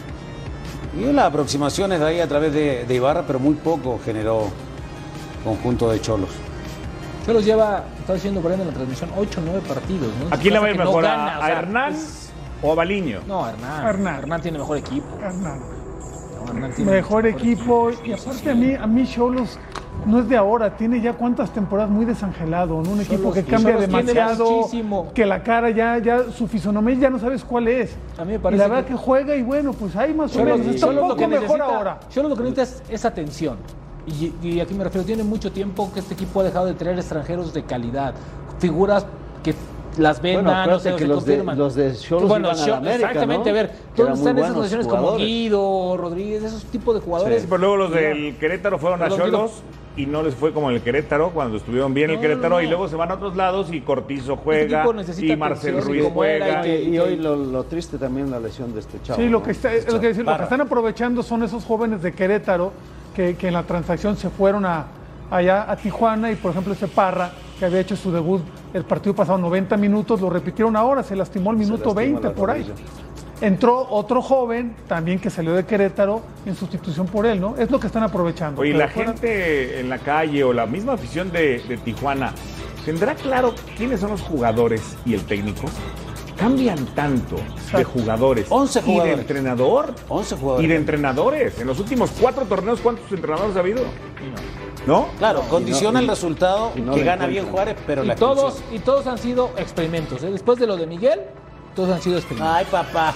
[SPEAKER 4] Y las aproximaciones de ahí a través de, de Ibarra, pero muy poco generó conjunto de cholos.
[SPEAKER 6] Cholos lleva, está diciendo Brian en la transmisión, 8 o 9 partidos, ¿no?
[SPEAKER 1] ¿A quién le va a ir
[SPEAKER 6] Pasa que no
[SPEAKER 1] mejor? ¿A-
[SPEAKER 6] gana, o
[SPEAKER 1] ¿A
[SPEAKER 6] sea,
[SPEAKER 1] Hernán
[SPEAKER 6] es-
[SPEAKER 1] o a Baliño?
[SPEAKER 6] No, Hernán.
[SPEAKER 3] Hernán.
[SPEAKER 6] Hernán. tiene mejor equipo.
[SPEAKER 3] Hernán.
[SPEAKER 6] No, Hernán tiene
[SPEAKER 3] Mejor
[SPEAKER 6] mucho
[SPEAKER 3] equipo. Y aparte a mí, a mí Cholos no es de ahora, tiene ya cuántas temporadas muy desangelado, ¿no? Un equipo
[SPEAKER 6] Xolos-
[SPEAKER 3] que cambia
[SPEAKER 6] Xolos tiene
[SPEAKER 3] demasiado,
[SPEAKER 6] muchísimo.
[SPEAKER 3] que la cara ya, ya, su fisonomía ya no sabes cuál es.
[SPEAKER 6] A mí me parece
[SPEAKER 3] la verdad que...
[SPEAKER 6] que-
[SPEAKER 3] juega y bueno, pues hay más o
[SPEAKER 6] Yo lo-
[SPEAKER 3] menos. Está
[SPEAKER 6] yo
[SPEAKER 3] un
[SPEAKER 6] lo
[SPEAKER 3] poco
[SPEAKER 6] que
[SPEAKER 3] mejor
[SPEAKER 6] necesita-
[SPEAKER 3] ahora.
[SPEAKER 6] Yo lo que necesita es, es atención. Y, y aquí me refiero, tiene mucho tiempo que este equipo ha dejado de tener extranjeros de calidad, figuras que las vendan,
[SPEAKER 5] Bueno,
[SPEAKER 6] no
[SPEAKER 5] acuérdate
[SPEAKER 6] sé, o
[SPEAKER 5] que
[SPEAKER 6] se
[SPEAKER 5] los de-
[SPEAKER 6] confirman.
[SPEAKER 5] los de Xolos
[SPEAKER 6] bueno,
[SPEAKER 5] iban a la
[SPEAKER 6] Xo-
[SPEAKER 5] América,
[SPEAKER 6] Exactamente,
[SPEAKER 5] ¿no?
[SPEAKER 6] a ver,
[SPEAKER 5] Que eran
[SPEAKER 6] ¿dónde
[SPEAKER 5] muy
[SPEAKER 6] están esas
[SPEAKER 5] buenos
[SPEAKER 6] naciones como
[SPEAKER 5] jugadores.
[SPEAKER 6] Guido, Rodríguez, esos tipos de jugadores?
[SPEAKER 1] Sí, pero luego los del Queréttaro fueron a
[SPEAKER 6] Perdón, digo-
[SPEAKER 1] Cholos y no les fue como el Querétaro cuando estuvieron bien el
[SPEAKER 6] No,
[SPEAKER 1] Querétaro
[SPEAKER 6] no,
[SPEAKER 1] y
[SPEAKER 6] no.
[SPEAKER 1] luego se van a otros lados y Cortizo juega
[SPEAKER 6] equipo necesita
[SPEAKER 1] y Marcel
[SPEAKER 6] atención,
[SPEAKER 1] Ruiz juega.
[SPEAKER 5] Y, y hoy lo, lo triste también la lesión de este chavo.
[SPEAKER 3] Sí, lo
[SPEAKER 5] ¿no?
[SPEAKER 3] que, está-
[SPEAKER 5] Este
[SPEAKER 3] lo que, decir, lo que
[SPEAKER 5] Parra.
[SPEAKER 3] están aprovechando son esos jóvenes de Querétaro que, que en la transacción se fueron a, allá a Tijuana y por ejemplo ese Parra que había hecho su debut el partido pasado 90 minutos, lo repitieron ahora, se lastimó el minuto
[SPEAKER 5] lastima
[SPEAKER 3] 20
[SPEAKER 5] la
[SPEAKER 3] por ahí.
[SPEAKER 5] rodilla.
[SPEAKER 3] Entró otro joven también que salió de Querétaro en sustitución por él, ¿no? Es lo que están aprovechando.
[SPEAKER 1] Oye,
[SPEAKER 3] Pero
[SPEAKER 1] la
[SPEAKER 3] fuera-
[SPEAKER 1] gente en la calle o la misma afición de, de Tijuana, ¿tendrá claro quiénes son los jugadores y el técnico? Cambian tanto de jugadores,
[SPEAKER 4] 11
[SPEAKER 1] y
[SPEAKER 4] jugadores.
[SPEAKER 1] de entrenador,
[SPEAKER 4] 11 jugadores.
[SPEAKER 1] y de entrenadores. En los últimos cuatro torneos, ¿cuántos entrenadores ha habido? ¿No?
[SPEAKER 4] Claro,
[SPEAKER 1] No,
[SPEAKER 4] condiciona
[SPEAKER 1] y
[SPEAKER 4] el
[SPEAKER 1] no-
[SPEAKER 4] resultado
[SPEAKER 1] y no
[SPEAKER 4] que
[SPEAKER 1] lo
[SPEAKER 4] gana
[SPEAKER 1] encuentran.
[SPEAKER 4] bien Juárez, pero la
[SPEAKER 6] y, todos,
[SPEAKER 4] expulsión.
[SPEAKER 6] y todos han sido experimentos. ¿eh? Después de lo de Miguel, todos han sido experimentos.
[SPEAKER 4] Ay, papá.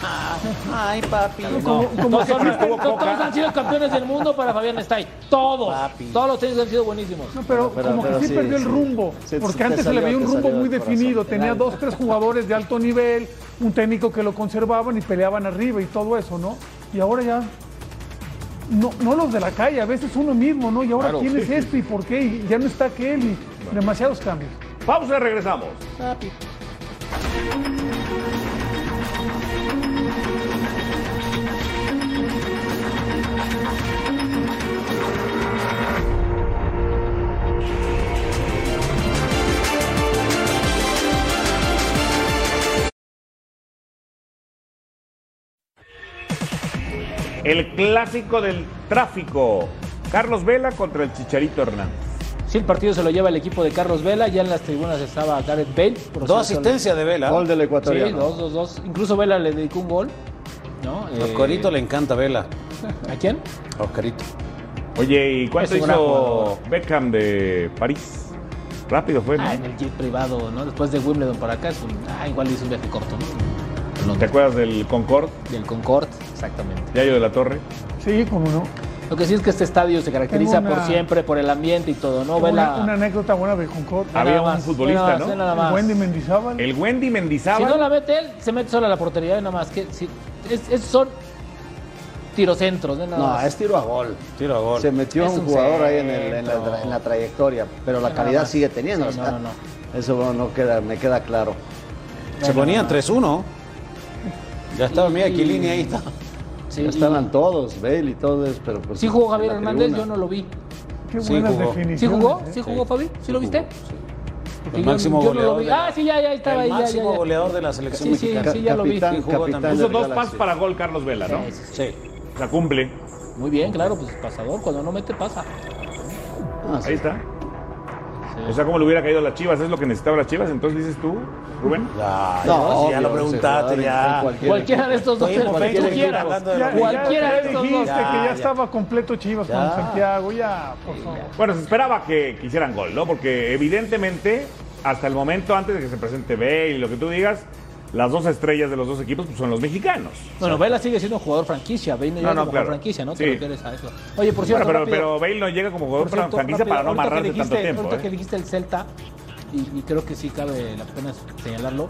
[SPEAKER 4] Ay, papi.
[SPEAKER 6] No,
[SPEAKER 4] como
[SPEAKER 6] todos, son-
[SPEAKER 4] siempre estuvo
[SPEAKER 6] todos
[SPEAKER 4] Coca.
[SPEAKER 6] han sido campeones del mundo para Fabián Stay. Todos. Todos los técnicos han sido buenísimos.
[SPEAKER 3] No, pero, como que sí, perdió el rumbo, porque antes se le veía un rumbo muy definido, tenía dos, tres jugadores de alto nivel, un técnico que lo conservaban y peleaban arriba y todo eso, ¿no? Y ahora ya, no, no los de la calle, a veces uno mismo, ¿no? Y ahora
[SPEAKER 1] Claro.
[SPEAKER 3] quién es este y por qué, y ya no está aquel, y demasiados cambios.
[SPEAKER 1] Pausa y regresamos. El clásico del tráfico. Carlos Vela contra el Chicharito Hernández.
[SPEAKER 6] Sí, el partido se lo lleva el equipo de Carlos Vela. Ya en las tribunas estaba Gareth Bale. Por cierto,
[SPEAKER 4] asistencias
[SPEAKER 6] le-
[SPEAKER 4] de Vela. Gol del ecuatoriano.
[SPEAKER 6] Sí, dos, dos, dos. Incluso Vela le dedicó un gol. ¿no?
[SPEAKER 4] A
[SPEAKER 6] Eh,
[SPEAKER 4] Oscarito le encanta Vela.
[SPEAKER 6] ¿A quién?
[SPEAKER 4] A Oscarito.
[SPEAKER 1] Oye, ¿y cuánto
[SPEAKER 6] Es un gran
[SPEAKER 1] hizo
[SPEAKER 6] jugador.
[SPEAKER 1] Beckham de París? Rápido fue, ¿no?
[SPEAKER 6] Ah, en el jet privado, ¿no? Después de Wimbledon para acá, es un- ah, igual hizo un viaje corto, ¿no?
[SPEAKER 1] ¿Te acuerdas del Concorde?
[SPEAKER 6] Del Concorde, exactamente.
[SPEAKER 1] Yayo de la Torre.
[SPEAKER 3] Sí, como no.
[SPEAKER 6] Lo que sí es que este estadio se caracteriza
[SPEAKER 3] Tengo una-
[SPEAKER 6] por siempre, por el ambiente y todo, ¿no? Vela.
[SPEAKER 3] Una, una anécdota buena de Concord.
[SPEAKER 6] Había Nada un más, futbolista, nada más, ¿no? nada más.
[SPEAKER 3] El Wendy Mendizábal.
[SPEAKER 1] El Wendy
[SPEAKER 4] Ah,
[SPEAKER 6] Si
[SPEAKER 1] Mendizábal.
[SPEAKER 6] no la mete él, se mete sola a la portería, y nada más. Que, si, es, es- son tirocentros, ¿eh? Nada
[SPEAKER 5] No,
[SPEAKER 6] más.
[SPEAKER 5] es tiro a gol.
[SPEAKER 4] Tiro a gol.
[SPEAKER 5] Se metió
[SPEAKER 6] Es
[SPEAKER 5] un
[SPEAKER 6] un
[SPEAKER 5] jugador ahí en, el- en la,
[SPEAKER 6] centro.
[SPEAKER 5] tra- en la trayectoria, pero la
[SPEAKER 6] Nada
[SPEAKER 5] calidad
[SPEAKER 6] más.
[SPEAKER 5] sigue teniendo.
[SPEAKER 6] Sí,
[SPEAKER 5] o sea,
[SPEAKER 6] no, no,
[SPEAKER 5] Eso no queda, me queda claro.
[SPEAKER 4] Se ponían 3-1. Ya estaba, mira,
[SPEAKER 5] Y-
[SPEAKER 4] Quilini ahí está.
[SPEAKER 6] Sí,
[SPEAKER 5] Ya estaban todos, Bale y todos, pero pues.
[SPEAKER 6] Sí jugó Javier
[SPEAKER 5] en la
[SPEAKER 6] Hernández,
[SPEAKER 5] tribuna.
[SPEAKER 6] yo no lo vi.
[SPEAKER 3] Qué
[SPEAKER 5] Sí buenas jugó. definiciones,
[SPEAKER 6] ¿Sí jugó?
[SPEAKER 5] ¿eh?
[SPEAKER 6] ¿Sí jugó,
[SPEAKER 5] Sí.
[SPEAKER 6] Fabi? ¿Sí, lo viste? Porque
[SPEAKER 4] El
[SPEAKER 6] yo-
[SPEAKER 4] máximo
[SPEAKER 6] yo no lo
[SPEAKER 4] goleador.
[SPEAKER 6] vi.
[SPEAKER 4] de la-
[SPEAKER 6] Ah, sí, ya, ya estaba ahí.
[SPEAKER 4] El
[SPEAKER 6] ya,
[SPEAKER 4] máximo
[SPEAKER 6] ya, ya.
[SPEAKER 4] goleador de la selección
[SPEAKER 6] Sí, sí,
[SPEAKER 4] mexicana.
[SPEAKER 6] sí, ya lo vi. Capitán-
[SPEAKER 4] Que jugó
[SPEAKER 5] capitán
[SPEAKER 4] también.
[SPEAKER 1] Puso dos pases para gol Carlos Vela, ¿no?
[SPEAKER 6] Sí, sí,
[SPEAKER 4] Sí.
[SPEAKER 1] O sea, cumple.
[SPEAKER 6] Muy bien, claro, pues pasador, cuando no mete pasa.
[SPEAKER 1] Ahí está. O sea, ¿cómo le hubiera caído a las chivas? ¿Es lo que necesitaba las chivas? Entonces dices tú, Rubén.
[SPEAKER 4] Ya,
[SPEAKER 5] No,
[SPEAKER 4] ya, ya lo
[SPEAKER 5] obvio,
[SPEAKER 4] preguntaste,
[SPEAKER 5] se
[SPEAKER 4] ya.
[SPEAKER 5] va a dar en
[SPEAKER 6] Ah, Cualquiera de estos dos,
[SPEAKER 4] Oye,
[SPEAKER 6] el
[SPEAKER 4] por
[SPEAKER 6] que tú
[SPEAKER 4] Facebook,
[SPEAKER 6] quieras.
[SPEAKER 4] hablando de
[SPEAKER 3] Ya-
[SPEAKER 4] lo-
[SPEAKER 6] Cualquiera
[SPEAKER 3] ya
[SPEAKER 6] de estos
[SPEAKER 3] dijiste
[SPEAKER 6] dos.
[SPEAKER 3] que ya,
[SPEAKER 4] Ya, ya.
[SPEAKER 3] estaba completo Chivas
[SPEAKER 4] Ya.
[SPEAKER 3] con Santiago, ya, por favor.
[SPEAKER 1] Bueno, se esperaba que, que hicieran gol, ¿no? Porque evidentemente, hasta el momento, antes de que se presente Bale y lo que tú digas, las dos estrellas de los dos equipos pues, son los mexicanos.
[SPEAKER 6] Bueno, Vela sigue siendo un jugador franquicia, Bale no llega
[SPEAKER 1] no,
[SPEAKER 6] como
[SPEAKER 1] claro.
[SPEAKER 6] franquicia, ¿no?
[SPEAKER 1] Sí.
[SPEAKER 6] Te refieres a eso. Oye, por cierto,
[SPEAKER 1] Bueno, pero,
[SPEAKER 6] rápido,
[SPEAKER 1] pero Bale no llega como jugador
[SPEAKER 6] por cierto,
[SPEAKER 1] franquicia para no
[SPEAKER 6] rápido, ahorita
[SPEAKER 1] amarrarse
[SPEAKER 6] que
[SPEAKER 1] tanto
[SPEAKER 6] dijiste-
[SPEAKER 1] tiempo.
[SPEAKER 6] Ahorita
[SPEAKER 1] ¿eh?
[SPEAKER 6] que dijiste el Celta, y, y creo que sí cabe la pena señalarlo,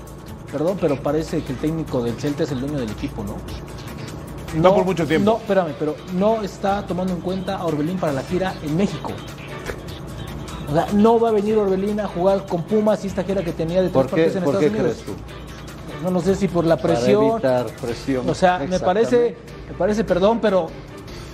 [SPEAKER 6] perdón, pero parece que el técnico del Celta es el dueño del equipo, ¿no?
[SPEAKER 1] No por mucho tiempo.
[SPEAKER 6] No, espérame, pero no está tomando en cuenta a Orbelín para la gira en México. O sea, no va a venir Orbelín a jugar con Pumas esta gira que tenía de tres
[SPEAKER 5] ¿Por qué,
[SPEAKER 6] partidos en
[SPEAKER 5] por qué
[SPEAKER 6] Estados Unidos.
[SPEAKER 5] crees tú?
[SPEAKER 6] No, no sé si por la
[SPEAKER 5] Para
[SPEAKER 6] presión.
[SPEAKER 5] evitar presión.
[SPEAKER 6] O sea, me
[SPEAKER 5] Exactamente.
[SPEAKER 6] parece, me parece, perdón, pero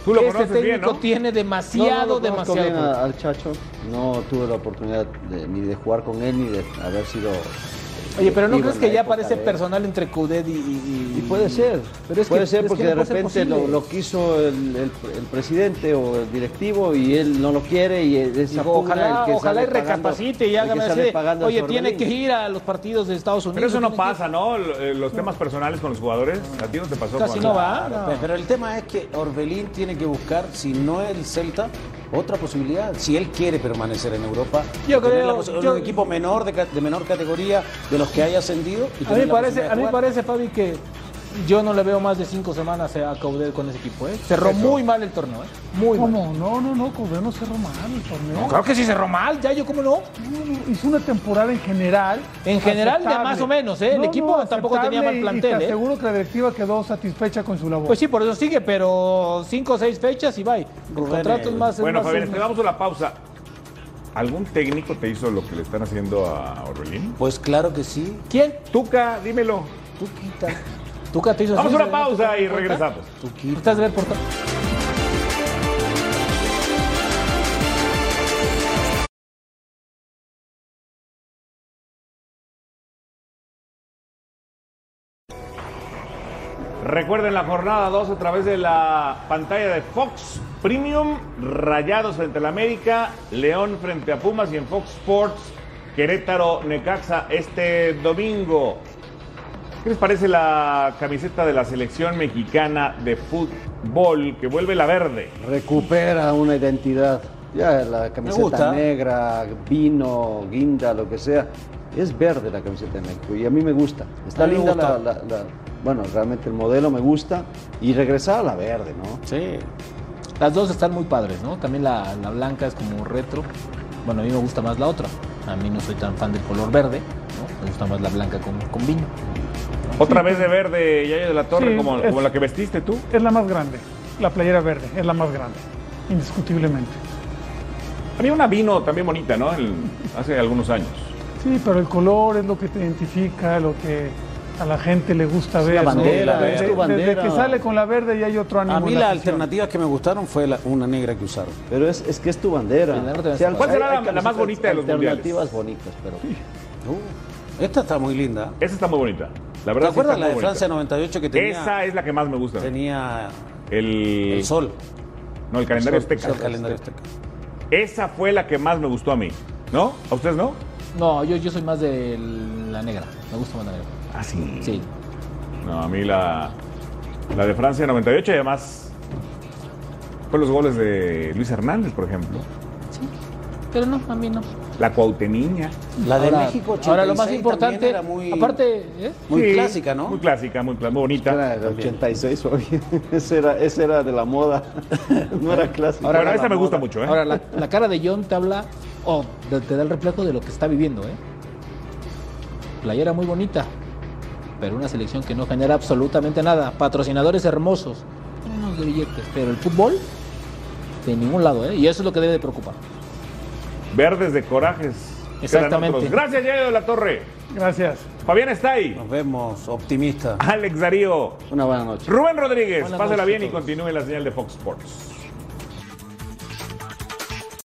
[SPEAKER 5] Tú lo
[SPEAKER 6] este
[SPEAKER 5] conoces
[SPEAKER 6] técnico
[SPEAKER 5] bien, ¿no?
[SPEAKER 6] tiene demasiado,
[SPEAKER 5] No, no lo conozco
[SPEAKER 6] demasiado.
[SPEAKER 5] bien a- al Chacho, no tuve la oportunidad de- ni de jugar con él ni de haber sido. eh,
[SPEAKER 6] Oye, pero ¿no
[SPEAKER 5] directivo
[SPEAKER 6] crees
[SPEAKER 5] en
[SPEAKER 6] que
[SPEAKER 5] la
[SPEAKER 6] ya
[SPEAKER 5] época
[SPEAKER 6] parece
[SPEAKER 5] de él?
[SPEAKER 6] personal entre Cudet y, y- y-
[SPEAKER 5] Puede ser,
[SPEAKER 6] Pero es que-
[SPEAKER 5] puede
[SPEAKER 6] es
[SPEAKER 5] ser
[SPEAKER 6] que
[SPEAKER 5] porque
[SPEAKER 6] no
[SPEAKER 5] de
[SPEAKER 6] puede ser
[SPEAKER 5] repente lo,
[SPEAKER 6] posible.
[SPEAKER 5] lo quiso el, el- el presidente o el directivo y él no lo quiere y es esa
[SPEAKER 6] Digo,
[SPEAKER 5] pugna
[SPEAKER 6] ojalá,
[SPEAKER 5] el que
[SPEAKER 6] ojalá y
[SPEAKER 5] sale pagando-
[SPEAKER 6] recapacite y
[SPEAKER 5] el
[SPEAKER 6] haga
[SPEAKER 5] que
[SPEAKER 6] así
[SPEAKER 5] sale
[SPEAKER 6] de,
[SPEAKER 5] pagando a
[SPEAKER 6] Oye,
[SPEAKER 5] su
[SPEAKER 6] tiene que
[SPEAKER 5] Orbelín".
[SPEAKER 6] ir a los partidos de Estados Unidos.
[SPEAKER 1] Pero eso no
[SPEAKER 6] tiene que ir".
[SPEAKER 1] pasa, ¿no? L- eh, Los temas personales con los jugadores. A ti no te pasó. Juan?
[SPEAKER 4] Claro, pe- Pero el tema es que Orbelín tiene que buscar, si no el Celta, otra posibilidad. Si él quiere permanecer en Europa,
[SPEAKER 6] Yo
[SPEAKER 4] de tener
[SPEAKER 6] creo-
[SPEAKER 4] la posi-
[SPEAKER 6] yo-
[SPEAKER 4] un equipo menor de, ca- de menor categoría de los que haya ascendido. y
[SPEAKER 6] A mí
[SPEAKER 4] tener
[SPEAKER 6] me
[SPEAKER 4] la
[SPEAKER 6] parece,
[SPEAKER 4] posibilidad
[SPEAKER 6] a
[SPEAKER 4] de
[SPEAKER 6] mí me
[SPEAKER 4] jugar.
[SPEAKER 6] parece, Fabi, que yo no le veo más de cinco semanas a Caudet con ese equipo. ¿eh? Cerró
[SPEAKER 3] Eso.
[SPEAKER 6] muy mal el torneo. ¿eh? Muy
[SPEAKER 3] ¿Cómo? No, no, no, Cordero no cerró mal el torneo.
[SPEAKER 6] No, claro que sí cerró mal, ya yo, ¿cómo no?
[SPEAKER 3] Hizo una temporada en general.
[SPEAKER 6] En general, de
[SPEAKER 3] aceptable.
[SPEAKER 6] más o menos, ¿eh? El equipo tampoco tenía
[SPEAKER 3] aceptable
[SPEAKER 6] mal
[SPEAKER 3] y-
[SPEAKER 6] plantel,
[SPEAKER 3] Y
[SPEAKER 6] ¿eh?
[SPEAKER 3] te aseguro que la directiva quedó satisfecha con su labor.
[SPEAKER 6] Pues sí, por eso sigue, pero cinco o seis fechas y bye. Los contratos más.
[SPEAKER 1] Bueno,
[SPEAKER 6] más-
[SPEAKER 1] Fabián, te damos una pausa. ¿Algún técnico te hizo lo que le están haciendo a Orbelín?
[SPEAKER 4] Pues claro que sí.
[SPEAKER 6] ¿Quién?
[SPEAKER 1] Tuca, dímelo.
[SPEAKER 4] Tuquita.
[SPEAKER 6] Tuca te hizo
[SPEAKER 1] Vamos a
[SPEAKER 6] así,
[SPEAKER 1] una
[SPEAKER 6] ¿no?
[SPEAKER 1] pausa y
[SPEAKER 6] ¿Tuca?
[SPEAKER 1] regresamos.
[SPEAKER 6] Estás de ver por
[SPEAKER 1] Recuerden la jornada 2 a través de la pantalla de Fox Premium, Rayados frente al América, León frente a Pumas y en Fox Sports, Querétaro Necaxa este domingo. ¿Qué les parece la camiseta de la selección mexicana de fútbol que vuelve la verde?
[SPEAKER 5] Recupera una identidad. Ya la
[SPEAKER 1] gusta.
[SPEAKER 5] camiseta negra, vino, guinda, lo que sea. Es verde la camiseta de México y a mí me gusta. Está
[SPEAKER 4] A mí me
[SPEAKER 5] linda la,
[SPEAKER 4] gusta.
[SPEAKER 5] la- la- Bueno, realmente el modelo me gusta y regresar a la verde, ¿no?
[SPEAKER 6] Sí. Las dos están muy padres, ¿no? También la, la blanca es como retro. Bueno, a mí me gusta más la otra. A mí no soy tan fan del color verde, ¿no? Me gusta más la blanca con, con vino.
[SPEAKER 1] Otra vez de verde, Yayo de la Torre,
[SPEAKER 3] Sí,
[SPEAKER 1] como,
[SPEAKER 3] es-
[SPEAKER 1] como la que vestiste tú.
[SPEAKER 3] Es la más grande. La playera verde es la más grande. Indiscutiblemente.
[SPEAKER 1] Había una vino también bonita, ¿no? El- hace algunos años.
[SPEAKER 3] Sí, pero el color es lo que te identifica, lo que a la gente le gusta ver. ¿no? Desde- desde que sale con la verde ya hay otro ánimo.
[SPEAKER 4] A mí
[SPEAKER 3] en la
[SPEAKER 4] las
[SPEAKER 3] afición.
[SPEAKER 4] alternativas que me gustaron fue la- una negra que usaron.
[SPEAKER 5] Pero es, es que es tu bandera.
[SPEAKER 4] te vas
[SPEAKER 5] Sí,
[SPEAKER 4] a parar.
[SPEAKER 5] hay- hay
[SPEAKER 4] ¿Cuál será la- la más
[SPEAKER 5] camisetas
[SPEAKER 4] bonita de los
[SPEAKER 5] Alternativas bonitas, pero.
[SPEAKER 4] Uh, esta está muy linda.
[SPEAKER 1] Esa está muy bonita. La verdad
[SPEAKER 4] ¿Te
[SPEAKER 1] sí está
[SPEAKER 4] acuerdas la
[SPEAKER 1] muy
[SPEAKER 4] de
[SPEAKER 1] bonita.
[SPEAKER 4] Francia 98 que tenía?
[SPEAKER 1] Esa es la que más me gusta.
[SPEAKER 4] Tenía
[SPEAKER 1] el,
[SPEAKER 4] el sol.
[SPEAKER 1] No, el calendario
[SPEAKER 4] El sol,
[SPEAKER 1] azteca.
[SPEAKER 4] el calendario azteca.
[SPEAKER 1] Esa fue la que más me gustó a mí. ¿No? ¿A ustedes no?
[SPEAKER 6] No, yo, yo soy más de la negra. Me gusta más la negra.
[SPEAKER 1] Ah, sí.
[SPEAKER 6] Sí.
[SPEAKER 1] No, a mí la, la de Francia 98 y además fue los goles de Luis Hernández, por ejemplo.
[SPEAKER 6] Pero no, a mí no.
[SPEAKER 1] La Cuauhteniña.
[SPEAKER 6] Ahora- Ahora lo más importante, aparte, ¿eh?
[SPEAKER 5] Sí,
[SPEAKER 1] Muy clásica, muy, cla- muy bonita.
[SPEAKER 5] Era el 86, Fabián. ese era, ese era de la moda. No era clásico.
[SPEAKER 6] Ahora,
[SPEAKER 5] Era
[SPEAKER 6] la
[SPEAKER 5] la
[SPEAKER 6] moda.
[SPEAKER 5] moda.
[SPEAKER 1] ¿eh?
[SPEAKER 6] Ahora, la, la cara de John te habla, o te, te da el reflejo de lo que está viviendo, ¿eh? Playera muy bonita, pero una selección que no genera absolutamente nada. Patrocinadores hermosos, unos grilletes, pero el fútbol, de ningún lado, ¿eh? Y eso es lo que debe de preocupar.
[SPEAKER 1] Verdes de corajes.
[SPEAKER 6] Exactamente.
[SPEAKER 1] Quedan otros. Gracias, Yayo de la Torre.
[SPEAKER 3] Gracias.
[SPEAKER 1] Fabián está ahí.
[SPEAKER 4] Nos vemos, optimista.
[SPEAKER 1] Alex Darío.
[SPEAKER 5] Una buena noche.
[SPEAKER 1] Rubén Rodríguez.
[SPEAKER 4] Buenas
[SPEAKER 1] Pásela
[SPEAKER 4] noches a
[SPEAKER 1] bien y continúe la señal de Fox Sports.